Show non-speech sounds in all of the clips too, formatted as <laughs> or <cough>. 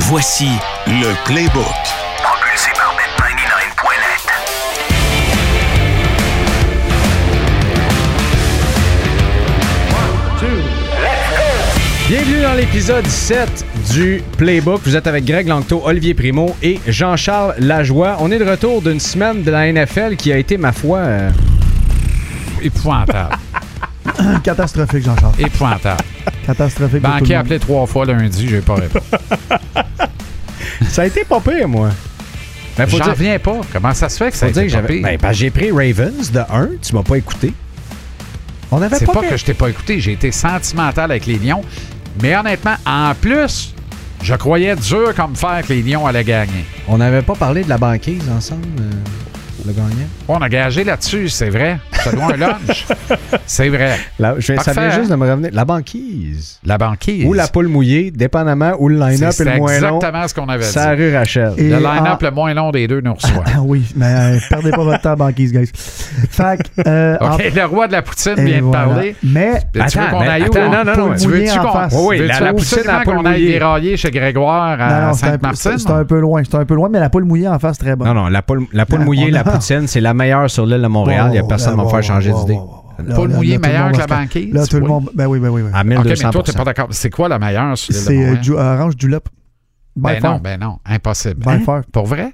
Voici le Playbook. Propulsé par bet99.net. Bienvenue dans l'épisode 7 du Playbook. Vous êtes avec Greg Langto, Olivier Primo et Jean-Charles Lajoie. On est de retour d'une semaine de la NFL qui a été, ma foi, <laughs> euh, Épouvantable. Catastrophique, Jean-Charles. Épouvantable. Catastrophique. pour tout Banquier le monde. appelé trois fois lundi, j'ai pas répondu. ça a été pas pire, moi. Mais faut J'en dire, reviens pas. Comment ça se fait que faut ça a dire que été pas j'avais. pire? Ben, parce que j'ai pris Ravens de 1, tu m'as pas écouté. On n'avait C'est pas, pas fait- que je t'ai pas écouté, j'ai été sentimental avec les Lions. Mais honnêtement, en plus, je croyais dur comme faire que les Lions allaient gagner. On n'avait pas parlé de la banquise ensemble, euh, le gagnant. On a gagé là-dessus, c'est vrai. Ça doit un <laughs> lunch. c'est vrai. La- je, ça Parfait, vient juste hein? de me revenir. La banquise. La banquise. Ou la poule mouillée, dépendamment où le line-up C'est est le moins long. exactement ce qu'on avait Ça a dit. rue Rachel. Et Le line-up en- le moins long des deux nous reçoit. Ah oui, mais euh, perdez pas votre temps, banquise, guys. Fait que, euh, Ah. <laughs> en- OK, le roi de la poutine et vient de voilà. parler. Mais Tu veux Attends, qu'on mais aille où? attends, hein? non, non, non, Tu mouiller veux-tu en qu'on... face. Oui, oui, Veux-tu la, la poutine absolument à qu'on qu'on aille mouille? dérailler chez Grégoire non, à non, c'est un, peu- Sainte-Martine? c'est un peu loin, c'est un peu loin, mais la poule mouillée en face, très bonne. Non, non, la poule, la poule Ah, mouillée, on la a- ben, poutine, c'est la meilleure sur l'île de Montréal. Il n'y a personne qui va me faire changer d'idée. Poule mouillée meilleure que la banquise, Là, tout le oui. Ah, monde. Ben oui, ben oui. ben oui. À OK, 1200 mais toi, t'es pas d'accord. C'est quoi la meilleure sur l'île de C'est euh, Montréal? du- orange du lop. Ben By non, far. ben non, impossible. By Hein? far. Pour vrai?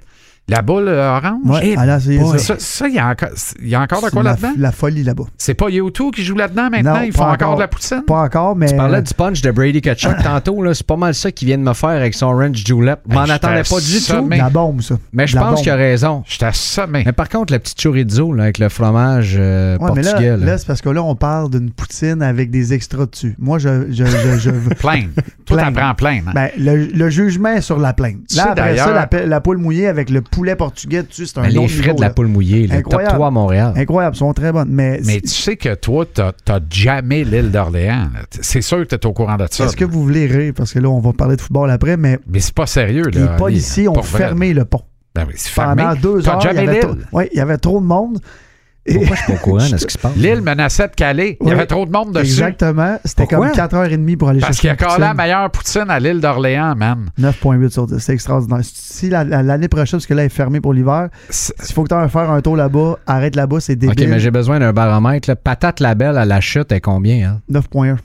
La boule euh, orange? Ouais, Eh, allez essayer boy, ça. ça. Ça, il y a encore, il y a encore de C'est quoi la- là-dedans? La folie là-bas. C'est pas U2 qui joue là-dedans maintenant? Non, Ils pas font encore encore. de la poutine? Pas encore, mais. Tu parlais du punch de Brady <laughs> Kachuk tantôt, là. C'est pas mal ça qu'il vient de me faire avec son Ranch Julep. Je m'en Hey, attendais j'étais pas du tout. assommé. La bombe, ça. Mais je La pense bombe. qu'il a raison. Je t'assomme. Mais par contre, le petit chorizo, là, avec le fromage euh, Ouais, mais portugais, là, là. là, c'est parce que là, on parle d'une poutine avec des extras dessus. Moi, je. je, je, je veux- Plein. Toi, t'en <laughs> Plein. prends plein. hein? ben, le, le jugement est sur la plainte. Tu sais, Là, après ça, d'ailleurs- la, pe- la poule mouillée avec le poulet portugais dessus, c'est un Mais autre Ben, les frais niveau, de la là. poule mouillée, là, top Incroyable. 3 à Montréal. <laughs> Incroyable, elles sont très bonnes. Mais, Mais tu sais que toi, t'as t'as jamais l'île d'Orléans. là. C'est sûr que t'es au courant de ça. ben. est-ce que vous voulez rire? Parce que là, on va parler de football après, mais Mais c'est pas sérieux, là. hein, les policiers ont pour vrai. fermé le pont. Ben oui, c'est fermé. Pendant deux T'as heures, il y, jamais avait l'île. trop, ouais, il y avait trop de monde. Et- Pourquoi je suis pas au courant de ce qui se passe? L'île menaçait de caler. Il y Oui. avait trop de monde dessus. Exactement. C'était Pourquoi? comme 4h30 pour aller Parce qu'il y a chercher une encore la poutine. meilleure poutine à l'île d'Orléans, man. 9.8 sur 10. C'est extraordinaire. Si la- la- l'année prochaine, parce que là, elle est fermée pour l'hiver, C'est- s'il faut que tu ailles faire un tour là-bas, arrête là-bas, c'est OK, débile. mais j'ai besoin d'un baromètre. là. Patate Labelle à la chute est combien? Hein? 9.1.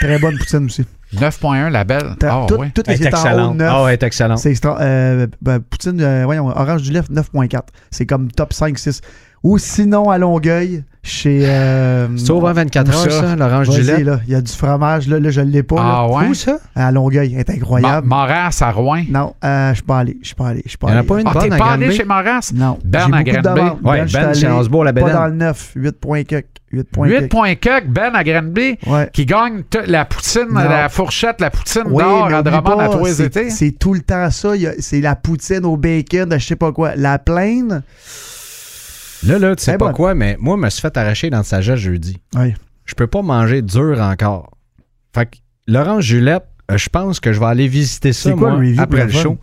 Très bonne poutine aussi. 9.1, la belle. T'as- Ah tout, ouais. tout ce qui est en haut de 9, Ah, elle est excellente. c'est extra. euh, ben, poutine, euh, voyons, Orange du Left, 9.4. C'est comme top 5, 6. Ou sinon, à Longueuil, chez. euh, Sauf en 24 où heures, ça, l'orange du Vas-y, lait. là. Il y a du fromage, là. Là, je l'ai pas. là. Ah ouais. Où ça? À Longueuil, elle est Ma- incroyable. Moras à Rouen. Non, euh, je suis pas allé. Je suis pas allé. Je suis pas Il y en a allé. pas une Ah, bonne t'es à pas allé Granby? chez Moras? Non. Ben J'ai à beaucoup de Granby. demandes. Ouais, je suis Ben chez allé Osbourg, la Pas Bédane. dans le 9, 8 points quelques. 8 points 8 quelques. points quelques, Ben à Granby, Ouais. qui gagne t- la poutine, Non. la fourchette, la poutine d'or à oublie Drummond à pas, trois c'est- étés. C'est tout le temps ça. il y a- C'est la poutine au bacon, de je sais pas quoi. La plaine. Là, là, tu sais Très pas bonne. quoi, mais moi, je me suis fait arracher dans le sagesse jeudi. Ben, Oui. Je peux pas manger dur encore. Fait que Laurent Julep, euh, je pense que je vais aller visiter ça C'est quoi moi, le review après le pour le fun? show.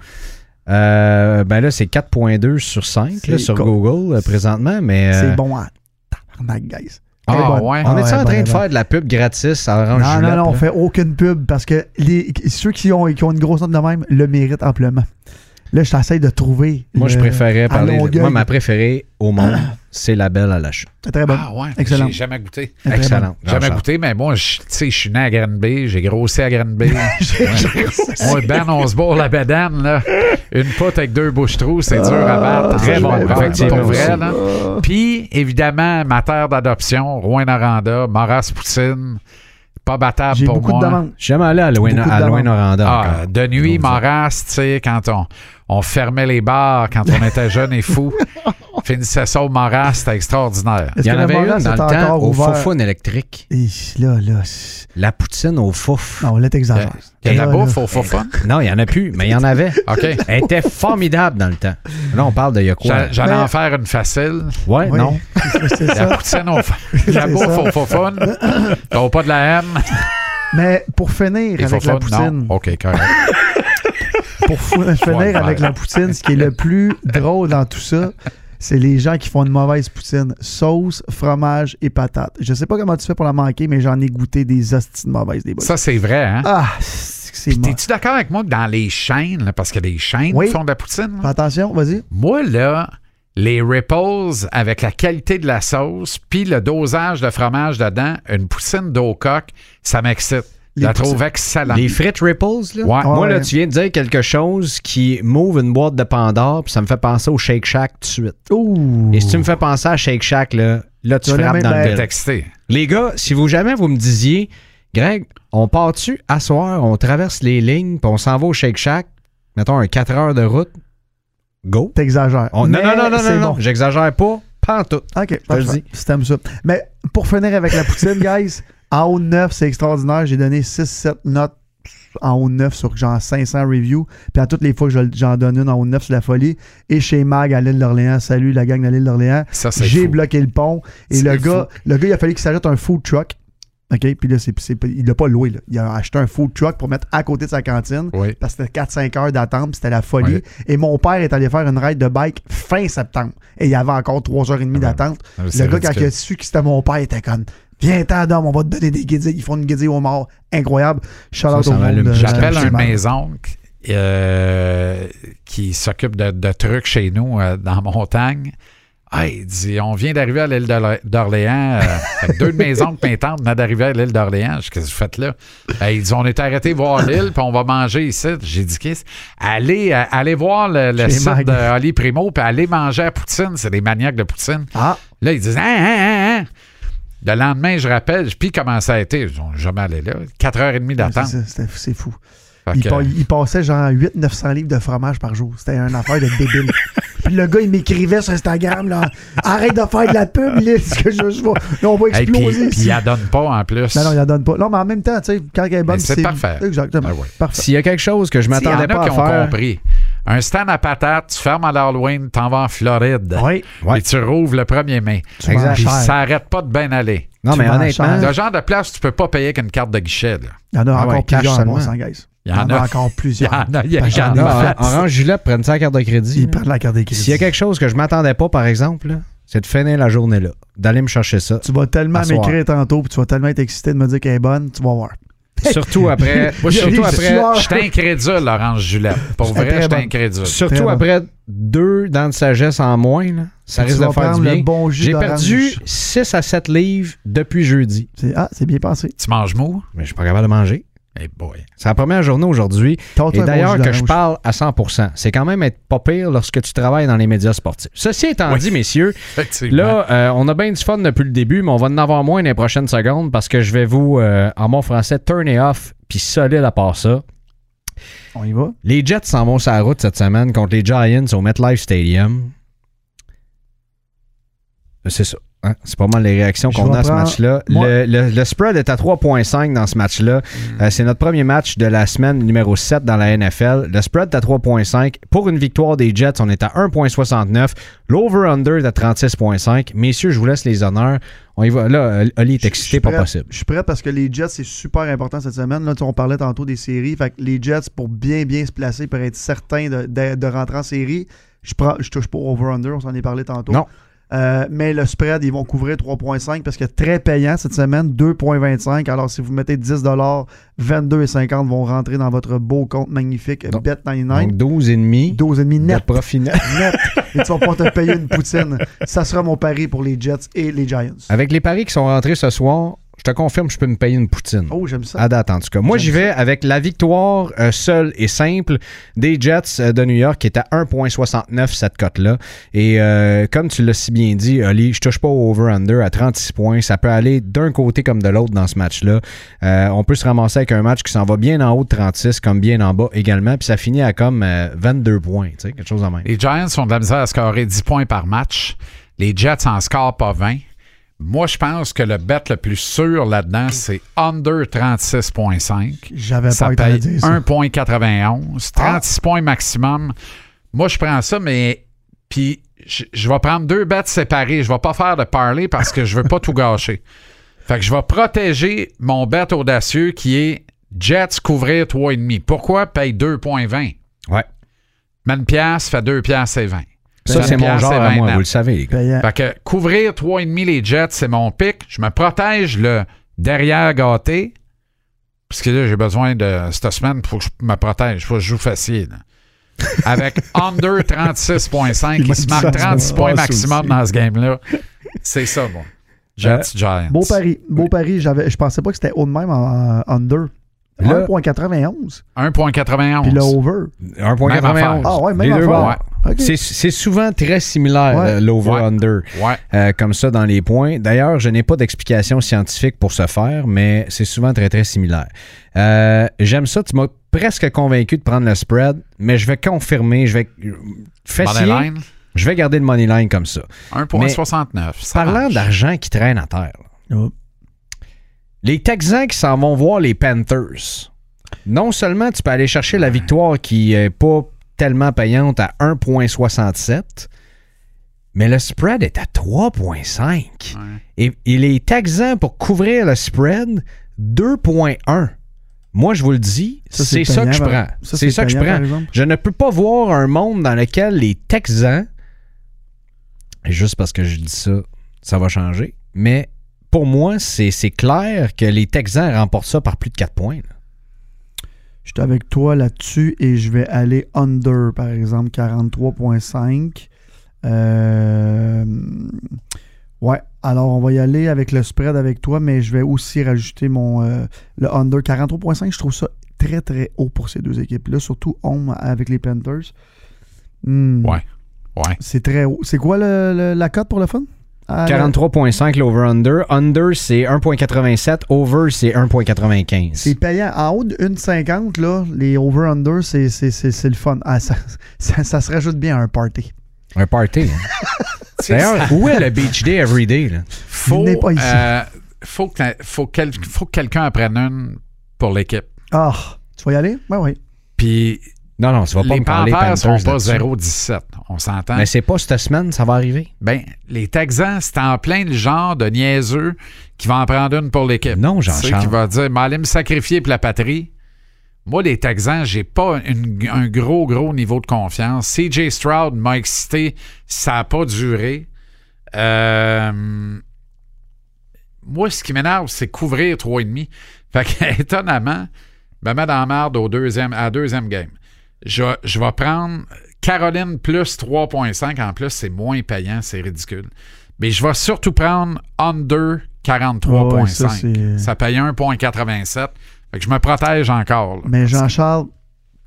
Euh, ben là, c'est 4.2 sur 5 là, C'est sur co- Google euh, présentement, mais. euh, C'est bon à tabarnak, guys. Ah Très bonne. ouais. On est en ouais, train bonne, de bonne. faire de la pub gratis à Orange Non, Julep? non, non, on là? fait aucune pub parce que les, ceux qui ont, qui ont une grosse note de même le méritent amplement. Là, je t'essaye de trouver. Moi, je le- préférais à parler. de- Longueuil. Moi, ma préférée au <coughs> monde, c'est la belle à la chute. C'est Très bon. Ah ouais. Excellent. J'ai jamais goûté. Très bon. Ah, Excellent. Jamais Jean-Charles. goûté, mais moi, je- tu sais, je suis né à Granby, j'ai grossi à <laughs> Granby. <laughs> Moi, Ben, on se bourre la bédane, là. Une pote avec deux bouches trous, c'est dur à battre. Très je bon l'ai corps, effectivement pour vrai, aussi. là. Puis, évidemment, ma terre d'adoption, Rouen-Noranda, Moras-Poutine, pas battable J'ai pour beaucoup moi. de demandes. Je suis jamais allé à Loin Beaucoup de à Loin demandes. Noranda. Ah, de nuit, Moras, tu sais, quand on, on fermait les bars, quand on était jeune et <laughs> fou, finissait ça au Moras, c'était extraordinaire. Il Est-ce y que en le avait une Montréal, dans le c'est temps encore au ouvert? foufoune électrique. Et là, là. c'est- La poutine au fouf. Eh, Non, là, t'exagères. Il y a de la Là, là. bouffe au faux fun. Non, il n'y en a plus, mais il y en <laughs> avait. Ah, OK. Elle était formidable dans le temps. Là, on parle de Yoko. J'a- J'allais Mais- en faire une facile. Ouais, Oui. non. <laughs> <laughs> C'est ça. La poutine au fun. La <laughs> C'est bouffe ça. au faux <laughs> fun. T'as pas de la M. Mais pour finir Il faut avec la poutine, Non. OK, correct. <laughs> <laughs> pour fou- Ouais, finir avec ouais. la poutine, ce qui est le plus drôle dans tout ça, c'est les gens qui font une mauvaise poutine. Sauce, fromage et patate. Je sais pas comment tu fais pour la manquer, mais j'en ai goûté des hosties de mauvaises, des boys. Ça, c'est vrai, hein? Ah, c'est- que c'est moi. T'es-tu d'accord avec moi que dans les chaînes, là, parce que les chaînes Oui. font de la poutine? là? Attention, vas-y. Moi, là, les ripples avec la qualité de la sauce puis le dosage de fromage dedans, une poutine d'eau coque, ça m'excite. Je Les la poutines- trouve excellente. Les frites Ripples, là. Ouais. Moi, là, Ah Ouais. tu viens de dire quelque chose qui m'ouvre une boîte de Pandore, puis ça me fait penser au Shake Shack tout de suite. Ouh. Et si tu me fais penser à Shake Shack, là, là tu Tu vas frappes la dans le mettre T'es vide. excité. Les gars, si vous jamais vous me disiez, Greg, on part-tu à soir, on traverse les lignes, puis on s'en va au Shake Shack, mettons un 4 heures de route, go. T'exagères. On- non, Mais non, non, non, c'est non, non, bon. j'exagère pas, pas en tout. OK, te le parfait. dis. Si t'aimes ça. Mais pour finir avec <laughs> la poutine, guys, en haut de 9, c'est extraordinaire. J'ai donné 6, 7 notes en haut de 9 sur genre 500 reviews. Puis à toutes les fois que je- j'en donne une en haut de 9 sur la folie. Et chez Mag à l'île d'Orléans. Salut la gang de l'île d'Orléans. Ça, c'est J'ai fou. bloqué le pont. Et C'est le fou. gars, le gars, il a fallu qu'il s'ajoute un food truck. OK? Puis là, c'est, c'est- il l'a pas loué. là. Il a acheté un food truck pour mettre à côté de sa cantine. Oui. Parce que c'était 4-5 heures d'attente, puis c'était la folie. Ouais. Et mon père est allé faire une ride de bike fin septembre. Et il y avait encore 3h30 d'attente. Ah, mais Le c'est gars, quand il ridicule. a su que c'était mon père, il était comme Viens, t'en d'homme, on va te donner des guédilles. Ils font une guédille aux morts. Incroyable. Shout-out ça au monde. m'allume. de- J'appelle de- un de- maison qui s'occupe de, de trucs chez nous euh, dans la montagne. Ah, il dit, on vient d'arriver à l'île d'Orlé- d'Orléans. euh, fait que deux de mes oncles peintantes venaient d'arriver à l'île d'Orléans. Je dis, qu'est-ce que vous faites là? Euh, il dit, on est arrêté voir l'île, puis on va manger ici. J'ai dit, qu'est-ce? Allez, euh, allez voir le, le Chez site Mag. de Oli Primo, puis allez manger à Poutine. C'est des maniaques de Poutine. Ah, Là, ils disent, hein, hein, hein, hein. Le lendemain, je rappelle, puis comment ça a été? Ils sont jamais allés là. 4h30 c'est, d'attente. ça, c'était- c'est fou. Fait Il, que- pa- il passait genre 800-900 livres de fromage par jour. C'était une affaire de <laughs> débile. Puis le gars, il m'écrivait sur Instagram là, Arrête de faire de la pub, là, ce que je, je vois. Là, on va Hey, puis, exploser. puis il la donne pas en plus. non, non, il en donne pas. Non, mais en même temps, tu sais, quand elle est bonne, Mais c'est c'est parfait. Exactement. Ah ouais. Parfait. S'il y a quelque chose que je il y en m'attendais a pas qui à ont faire... compris. Un stand à patates, tu fermes à l'Halloween, t'en vas en Floride. Oui. Ah Ouais. Et tu rouvres le 1er mai. Tu Exact. manges Puis cher. Hein? ça arrête pas de bien aller. Non, Tu mais manges honnêtement, cher. Le genre de place, tu peux pas payer qu'une carte de guichet. là. Il y en a Ah ouais, encore cash plusieurs à seulement. bon sang, guys. Il y en a. encore Il y plusieurs. en a, il y Parce qu'il y en en Là, a. a. Or- Orange Juliette, prenne sa carte de crédit. Ils prennent la carte des crédits. S'il y a quelque chose que je m'attendais pas, par exemple, là, c'est de finir la journée là, d'aller me chercher ça. Tu vas tellement À soir. m'écrire tantôt, puis tu vas tellement être excité de me dire qu'elle est bonne, tu vas voir. <laughs> Surtout après, Moi, Il y a surtout des après, sueurs. Je suis incrédule, Laurence Julette. Pour ah. C'est très vrai, je suis bon. incrédule. surtout bon. après deux dents de sagesse en moins, là, ça Tu risque vas de faire prendre du le bien. bon jus J'ai d'orange. perdu 6 à 7 livres depuis jeudi, C'est- Ah, c'est bien passé. Tu manges mou? mais je suis pas capable de manger. Eh boy. C'est la première journée aujourd'hui. Tente Et un bon d'ailleurs, jus que je d'orange. parle à 100%, c'est quand même être pas pire lorsque tu travailles dans les médias sportifs. Ceci étant Oui. dit, messieurs, Effectivement. Là, euh, on a bien du fun depuis le début, mais on va en avoir moins dans les prochaines secondes parce que je vais vous, euh, en mon français, turn it off, puis solide à part ça. On y va. Les Jets s'en vont sur la route cette semaine contre les Giants au MetLife Stadium. C'est ça. hein? C'est pas mal les réactions Je qu'on vais a à ce prendre- match-là. Moi- Le, le- le spread est à 3,5 dans ce match-là. Hmm. Euh, c'est notre premier match de la semaine numéro 7 dans la NFL. Le spread est à 3,5. Pour une victoire des Jets, on est à 1,69. L'over-under est à 36,5. Messieurs, je vous laisse les honneurs. On y va. Là, euh, Oli est Je- je suis excité, pas prêt. possible. Je suis prêt parce que les Jets, c'est super important cette semaine. Là, tu- on parlait tantôt des séries. Fait que les Jets, pour bien, bien se placer, pour être certain de, de- de rentrer en série, je, prends, je touche pas over-under, on s'en est parlé tantôt. Non. Euh, mais le spread, ils vont couvrir 3,5 parce que très payant cette semaine, 2,25. Alors, si vous mettez 10 22,50 vont rentrer dans votre beau compte magnifique Donc- Bet99. Donc 12,5 12,5 de Hein? net, profit net. <laughs> net. Et tu vas pouvoir te payer une poutine. Ça sera mon pari pour les Jets et les Giants. Avec les paris qui sont rentrés ce soir, je te confirme, je peux me payer une poutine. Oh, j'aime ça. À date, en tout cas. Moi, j'y vais avec la victoire euh, seule et simple des Jets euh, de New York qui est à 1,69 cette cote-là. Et euh, comme tu l'as si bien dit, Oli, je touche pas au over-under à 36 points. Ça peut aller d'un côté comme de l'autre dans ce match-là. Euh, on peut se ramasser avec un match qui s'en va bien en haut de 36 comme bien en bas également. Puis ça finit à comme euh, 22 points, tu sais, quelque chose en même. Les Giants ont de la misère à scorer 10 points par match. Les Jets en scorent pas 20. Moi, je pense que le bet le plus sûr là-dedans, c'est under 36.5. J'avais Ça pas que paye t'allais dire ça. Ah! 1.91. 36 points maximum. Moi, je prends ça, mais puis je, je vais prendre deux bets séparés. Je vais pas faire de parler parce que je veux pas <laughs> tout gâcher. Fait que je vais protéger mon bet audacieux qui est Jets couvrir 3,5. Pourquoi paye 2.20? Ouais. Mets une piastre, fait deux piastres et 20. Ça, Fait c'est une mon piastre genre et à 20 moi, net. vous le savez, les gars. Payant. Fait que couvrir 3,5 les Jets, c'est mon pic. Je me protège le derrière gâté. Puis Parce que là, j'ai besoin de cette semaine pour que je me protège. Faut que je joue facile. <laughs> Avec under 36.5, Il m'a il se dit marque ça, 36 ça me points passe maximum aussi. dans ce game-là. C'est ça, bon. Jets, Euh, Giants. Beau pari. Beau pari. J'avais, je pensais pas que c'était haut de même en, en under. Là- 1.91. Puis le 1.91. over. 1.91. Ah ouais, Les même deux affaire. bords. Ok. C'est- C'est souvent très similaire, Ouais. euh, l'over-under. Ouais. euh, comme ça dans les points. D'ailleurs, je n'ai pas d'explication scientifique pour ce faire, mais c'est souvent très, très similaire. Euh, J'aime ça. Tu m'as presque convaincu de prendre le spread, mais je vais confirmer. Je vais Money fessier, line, Je vais garder le money line comme ça. 1.69. Ça Parlant marche. d'argent qui traîne à terre, là. Oh. les Texans qui s'en vont voir les Panthers, non seulement tu peux aller chercher la victoire qui est pas tellement payante à 1,67, mais le spread est à 3,5. Et, et les Texans, pour couvrir le spread, 2,1. Moi, je vous le dis, Ça, c'est c'est ça que je payant, prends. par- C'est ça, c'est ça que je payant, prends. par exemple. Je ne peux pas voir un monde dans lequel les Texans, et juste parce que je dis ça, ça va changer, mais pour moi, c'est c'est clair que les Texans remportent ça par plus de 4 points. là. Je suis avec toi là-dessus et je vais aller under, par exemple, 43.5. Euh, Ouais, alors on va y aller avec le spread avec toi, mais je vais aussi rajouter mon euh, le under 43.5. Je trouve ça très très haut pour ces deux équipes-là, surtout home avec les Panthers. Hmm, Ouais. Ouais. C'est très haut. C'est quoi le- le- la cote pour le fun? Ah, 43.5 l'over-under. Under, c'est 1.87. Over, c'est C'est 1.95. payant. En haut de 1,50, là, les over-under, c'est, c'est, c'est, c'est le fun. Ah, ça, ça, ça se rajoute bien à un party. Un party. hein. <laughs> D'ailleurs, où est le beach day every day? là? Faut, n'est pas ici. euh, faut que, la- faut quel- faut que quelqu'un en prenne une pour l'équipe. Ah, tu vas y aller? Ben oui. Puis Non, non, ça va pas les me parler Panthers ne sont pas là-dessus. 0-17. On s'entend. Mais c'est pas cette semaine, ça va arriver. Ben, les Texans, c'est en plein le genre de niaiseux qui va en prendre une pour l'équipe. Non, Jean-Charles. Tu sais, Qui va dire, mais allez me sacrifier pour la patrie. Moi, les Texans, j'ai pas une- un gros, gros niveau de confiance. CJ Stroud m'a excité. Ça n'a pas duré. Euh, moi, ce qui m'énerve, c'est couvrir 3,5. Fait que, <laughs> étonnamment, je me mets dans la merde au deuxième, à la deuxième game. Je, je vais prendre Caroline plus 3,5. En plus, c'est moins payant, c'est ridicule. Mais je vais surtout prendre under 43,5. Ouais, ça, c'est- ça paye 1,87. Fait que je me protège encore. là. Mais Jean-Charles,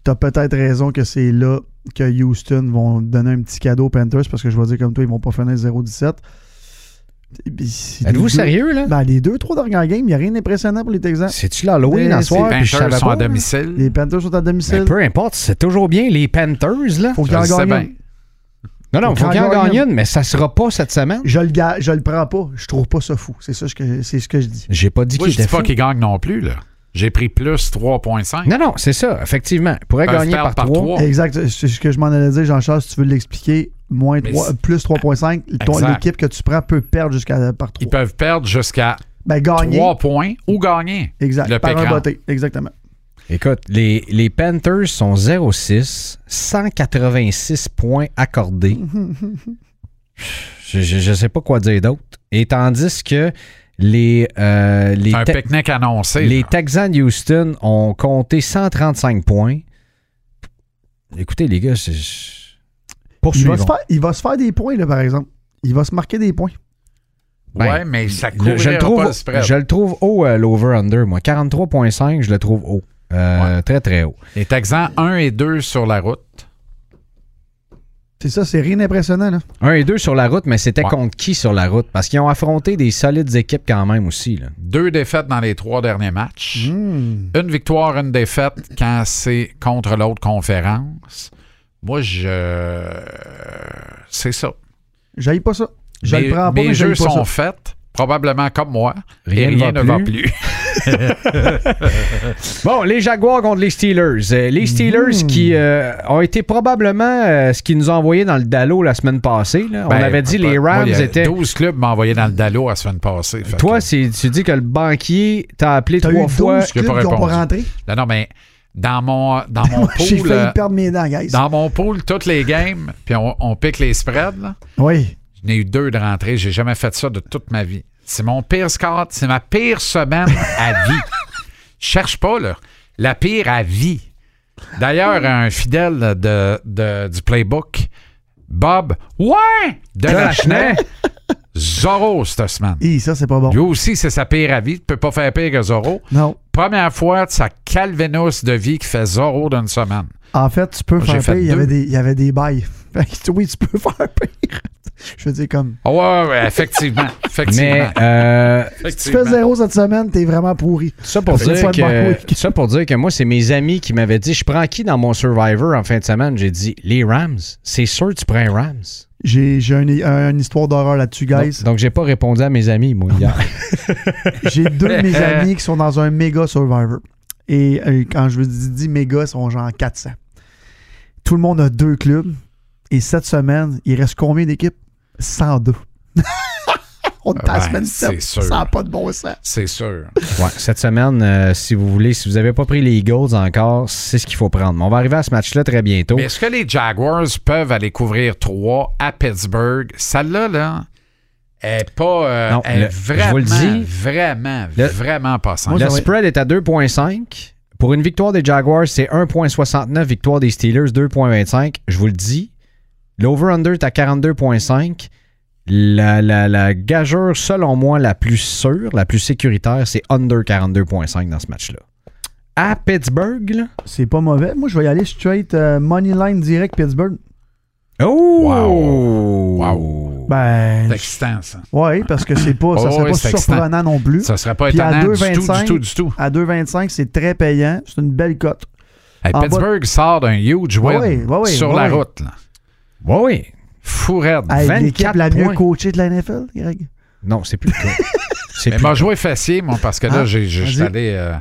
t'as peut-être raison que c'est là que Houston vont donner un petit cadeau aux Panthers parce que je vais dire comme toi, ils vont pas finir 0-17. Et puis, si les Êtes-vous deux- sérieux, là? Ben, les deux, trois dernières games, il n'y a rien d'impressionnant pour les Texans. C'est-tu l'Halloween Mais en c'est soir? puis les je Panthers savais sont pas, à là? domicile. Les Panthers sont à Mais domicile. Ben, peu importe, c'est toujours bien les Panthers, là. Faut Ben, Je qu'ils le en sais gagnent. bien. une. Non, non, Faut faut qu'il qu'il en en gagne gagne une, mais ça sera pas cette semaine. Je le, ga- je le prends pas. Je trouve pas ça fou. C'est ça que, c'est ce que je dis. J'ai pas dit Moi, qu'il je dis était pas fou. qu'ils gagnent non plus. là. J'ai pris plus 3,5. Non, non, c'est ça, effectivement. Il pourrait Peuvent gagner perdre par trois. Exact. C'est ce que je m'en allais dire, Jean-Charles. Si tu veux l'expliquer, moins Mais trois- c'est- plus 3,5, ton- Exact. l'équipe que tu prends peut perdre jusqu'à par Ils 3. peuvent perdre jusqu'à Ben, gagner. 3 points ou gagner. exact. Le par un pécran. botté. Exactement. Écoute, les, les Panthers sont 0-6, 186 points accordés. je, je, je sais pas quoi dire d'autre. Et tandis que les, euh, les, C'est un Te- pique-nique annoncé. les là. Texans de Houston ont compté 135 points. Écoutez, les gars, c'est. Il va, se Poursuivons. faire, il va se faire des points, là, par exemple. Il va se marquer des points. Ben, ouais, mais ça Le- couvrira je, le trouve, pas le spread. je le trouve haut, euh, l'over-under, moi. 43,5, je le trouve haut. Euh, Très, très haut. Les Texans 1 et 2 sur la route. C'est ça, c'est rien d'impressionnant. Là. 1 et 2 sur la route, mais c'était Ouais. contre qui sur la route? Parce qu'ils ont affronté des solides équipes quand même aussi. Là. Deux défaites dans les trois derniers matchs. Hmm. Mm. Une victoire, une défaite quand c'est contre l'autre conférence. Moi, je. C'est ça. J'aille pas ça. Je mes, le prends pas, mes mais j'aille jeux pas sont ça. faits, probablement comme moi. Rien et ne rien ne va va plus. Bon, les Jaguars contre les Steelers. Euh, Les Steelers Hmm. Mhm. qui euh, ont été probablement euh, ce qu'ils nous ont envoyé dans le Dallo la semaine passée. là. On Ben, avait dit moi, les Rams il y a étaient. Euh, 12 clubs m'ont envoyé dans le Dallo la semaine passée. Fait Toi, que- c'est- tu dis que le banquier t'a appelé T'as eu trois 12 fois. clubs j'ai pas qui n'ont répondu. pas rentré. Non, non, mais dans mon, dans <laughs> mon <laughs> J'ai pool, failli euh, perdre mes dents, guys. dans mon pool, toutes les games, puis on, on pique les spreads, là. Oui. J'en ai eu deux de rentrée. J'ai jamais fait ça de toute ma vie. C'est mon pire score. C'est ma pire semaine à vie. Cherche pas, là. La pire à vie. D'ailleurs, un fidèle de, de- du playbook, Bob, ouais, de la Chenet, Zorro cette semaine. Hi, ça, c'est pas bon. Lui aussi, c'est sa pire à vie. Tu peux pas faire pire que Zorro. Non. Première fois de sa calvénus de vie qui fait Zorro d'une semaine. En fait, tu peux Moi, faire j'ai fait pire. Il y deux. avait des, il y avait des bails. <laughs> Fait que oui, tu peux faire pire. Je veux dire, comme. Ah ouais, ouais, effectivement. effectivement. Mais euh, Tu fais zéro cette semaine, t'es vraiment pourri. ça, pour Fait que dire tu vas que, demander- ça pour dire que moi, c'est mes amis qui m'avaient dit Je prends qui dans mon Survivor en fin de semaine J'ai dit Les Rams. C'est sûr que tu prends les Rams. J'ai j'ai un- un- une histoire d'horreur là-dessus, guys. Donc, donc j'ai pas répondu à mes amis, moi, hier. J'ai deux de mes <laughs> amis qui sont dans un méga Survivor. Et euh, quand je vous dis, dis méga, ils sont genre 400. Tout le monde a deux clubs. Et cette semaine, il reste combien d'équipes 102. <laughs> On est à la Ouais, semaine c'est 7. sûr. Ça n'a pas de bon sens. C'est sûr. Oh. Ouais, cette semaine, euh, si vous voulez, si vous avez pas pris les Eagles encore, c'est ce qu'il faut prendre. Mais on va arriver à ce match-là très bientôt. Mais est-ce que les Jaguars peuvent aller couvrir 3 à Pittsburgh? Celle-là, là, est pas. euh, Non, est le- je vraiment, vous le dis. vraiment, Le- vraiment passant. Le ça va- spread est à 2,5. Pour une victoire des Jaguars, c'est 1,69. Victoire des Steelers, 2,25. Je vous le dis, l'over-under est à 42,5. La, la, la gageure, selon moi, la plus sûre, la plus sécuritaire, c'est under 42,5 dans ce match-là. À Pittsburgh, là. C'est pas mauvais. Moi, je vais y aller straight euh, money line direct Pittsburgh. Oh! Wow. Wow. Ben, C'est excitant, ça. ouais, parce que c'est pas, <laughs> ça Oh, serait oui, pas c'est excitant. surprenant non plus. Ça serait pas Puis à étonnant du tout, 2,25. du tout, du tout. À 2,25, c'est très payant. C'est une belle cote. Hey, En bas- Pittsburgh sort d'un huge win Ah ouais, ouais, ouais, sur ouais, la ouais. route. Là. Ouais, oui. Fou raide. Hey, l'équipe 24 la points. mieux coachée de la NFL, Greg. Non, c'est plus le cas. C'est Mais plus m'a le cas. joué fessier, moi, parce que là, Ah, j'ai je suis vas-y. allé euh,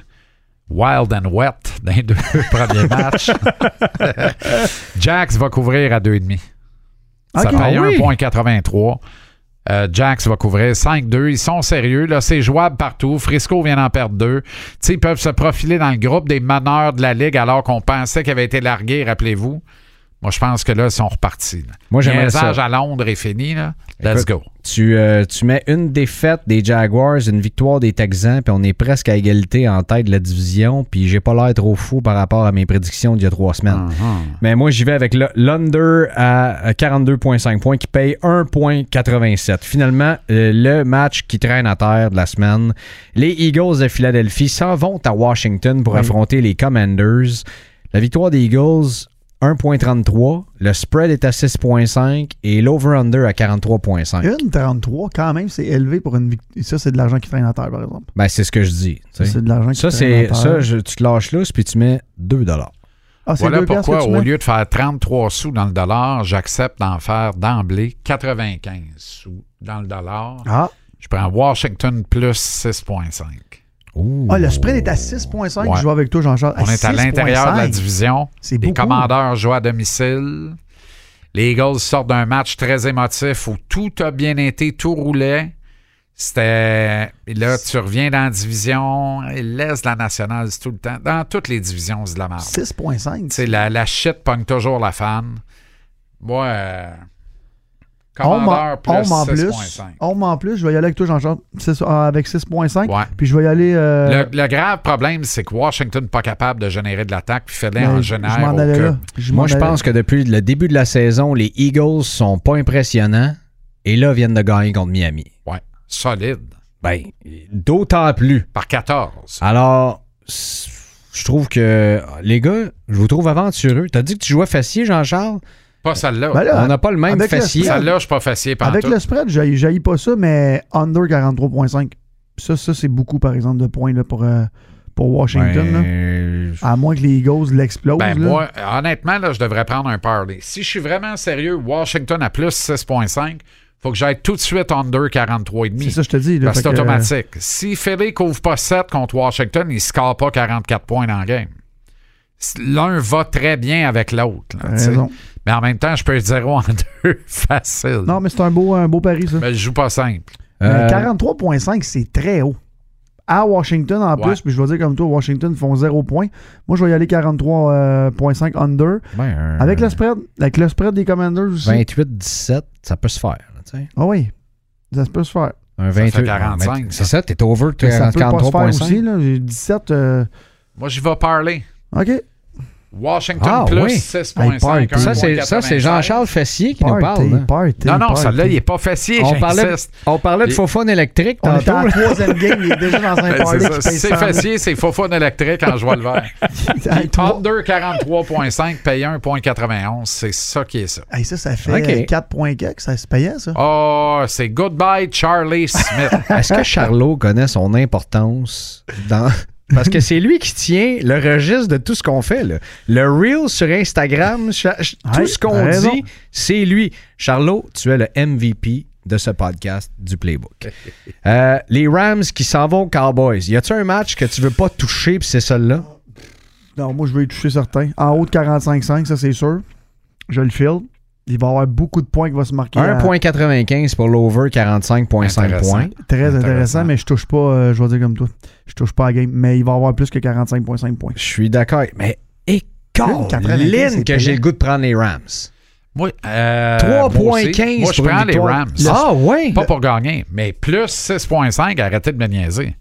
wild and wet dans les <laughs> deux premiers matchs. Jax va couvrir à 2,5. Ça Ok. paye Ah oui. 1,83. Euh, Jax va couvrir 5-2. Ils sont sérieux. Là, c'est jouable partout. Frisco vient d'en perdre deux. Tu sais, ils peuvent se profiler dans le groupe des meneurs de la Ligue alors qu'on pensait qu'ils avaient été largués, rappelez-vous. Moi, je pense que là, ils sont repartis. là. Moi, j'aimerais ça. Niaisage à Londres est fini. Là. Let's Écoute, go. Tu, euh, tu mets une défaite des Jaguars, une victoire des Texans, puis on est presque à égalité en tête de la division. Puis j'ai pas l'air trop fou par rapport à mes prédictions d'il y a trois Ah. semaines. uh-huh. Mais moi, j'y vais avec le- l'under à 42,5 points qui paye 1,87. Finalement, euh, le match qui traîne à terre de la semaine. Les Eagles de Philadelphie s'en vont à Washington pour affronter les Commanders. La victoire des Eagles, 1,33. Le spread est à 6,5 et l'over-under à 43,5. Une 33, quand même, c'est élevé pour une victoire. Ça, c'est de l'argent qui traîne à terre, par exemple. Ben, c'est ce que je dis. tu Ça, sais. c'est de l'argent qui Ça, traîne c'est à terre. ça, je- tu te lâches là, puis tu mets 2 Ah, c'est Voilà deux piastres pourquoi, que tu au mets? lieu de faire 33 sous dans le dollar, j'accepte d'en faire d'emblée 95 sous dans le dollar. Ah, Je prends Washington plus 6,5. Ah, le spread est à 6,5. Ouais. Je joue avec toi, Jean-Charles. On est à l'intérieur de la 6,5. division. C'est Les beaucoup. commandeurs jouent à domicile. Les Eagles sortent d'un match très émotif où tout a bien été, tout roulait. C'était. et Là, tu reviens dans la division, ils laissent la nationale c'est tout le temps. Dans toutes les divisions, c'est de la merde. 6,5. Tu sais, la, la shit pogne toujours la fan. Moi, euh, On commandeur plus en plus. 6.5. On en plus. Je vais y aller avec toi, Jean-Charles. Six- ah, Avec 6,5. Ouais. Puis je vais y aller. euh, Le, le grave problème, c'est que Washington pas capable de générer de l'attaque, puis Félix en mais génère ben, Je m'en au allais cube. là. Je m'en Moi, je allais. pense que depuis le début de la saison, les Eagles sont pas impressionnants et là viennent de gagner contre Miami. Ouais, solide. Ben, d'autant plus. Par 14. Alors, s- je trouve que, les gars, je vous trouve aventureux. T'as dit que tu jouais fessier, Jean-Charles? Pas celle-là. Ben là, On n'a pas le même avec le fessier. spread. celle-là, je suis pas facile par Avec le spread, je jaillis pas ça, mais under 43,5. Ça, ça c'est beaucoup, par exemple, de points là, pour, euh, pour Washington. là. Ben, À moins que les Eagles l'explosent. Ben, là. moi, euh, honnêtement, là, je devrais prendre un parlay. Si je suis vraiment sérieux, Washington à plus 6.5, faut que j'aille tout de suite under 43,5. c'est ça, je te dis. là, Parce que fait c'est que- automatique. Si Philly couvre pas 7 contre Washington, il ne score pas 44 points dans le game. L'un va très bien avec l'autre. là, T'as tu sais. euh, raison. Mais en même temps, je peux être 0 en <laughs> 2 facile. Non, mais c'est un beau, un beau pari, ça. mais je joue pas simple. Mais euh, 43,5, c'est très haut. À Washington, en Ouais. plus, puis je vais dire comme toi, Washington font 0 points. Moi, je vais y aller 43,5 Euh. under. ben, Avec le spread, avec Ben. le spread des Commanders aussi. 28-17, ça peut se faire. tu sais. Ah oui, ça se peut se faire. Ça Un fait 28. Ah, 45, mais ça. C'est ça, t'es over Mais ça peut pas se faire 43.5. aussi, là. J'ai 17. euh, Moi, j'y vais parler. OK. Washington Ah, plus oui. Hey, party. 6.5. Ça, c'est ça, c'est Jean-Charles Fessier qui nous parle. hein. party, Non, non, party. celle-là, il n'est pas fessier. On parlait, j'insiste. on parlait de Et- Fofone électrique On est tantôt. en <laughs> là. troisième game, il est déjà dans un <laughs> Ben, c'est party ça. qui Si paye c'est 100 000. fessier, c'est Fofone électrique quand je vais le <laughs> verre. Hey, trois- Thunder 43.5, paye 1.91. C'est ça qui est ça. Hey, ça, ça fait Ok. 4 points quelques, ça se payait, ça. Oh, c'est Goodbye Charlie Smith. Est-ce que Charlot connaît son importance dans. <laughs> Parce que c'est lui qui tient le registre de tout ce qu'on fait. Là. Le reel sur Instagram, cha- ch- Ouais, tout ce qu'on t'as raison. dit, c'est lui. Charlot, tu es le MVP de ce podcast du <laughs> Playbook. Euh, les Rams qui s'en vont aux Cowboys. Y a-tu un match que tu veux pas toucher puis c'est celui-là? Non, moi, je vais y toucher certains. En haut de 45,5, ça, c'est sûr. Je le file. Il va y avoir beaucoup de points qui vont se marquer. à- 1.95 pour l'over, 45.5 Intéressant. points. Très intéressant, Intéressant. mais je touche pas, euh, je vais dire comme toi. Je touche pas à la game, mais il va y avoir plus que 45,5 points. Je suis d'accord. Mais école, Quatre à la game, c'est que j'ai payant. le goût de prendre les Rams. Moi, euh, moi aussi. 3.15 Moi, je pour une prends les victoire. Rams. Ah ouais? Pas pour gagner, mais plus 6.5, arrêtez de me niaiser.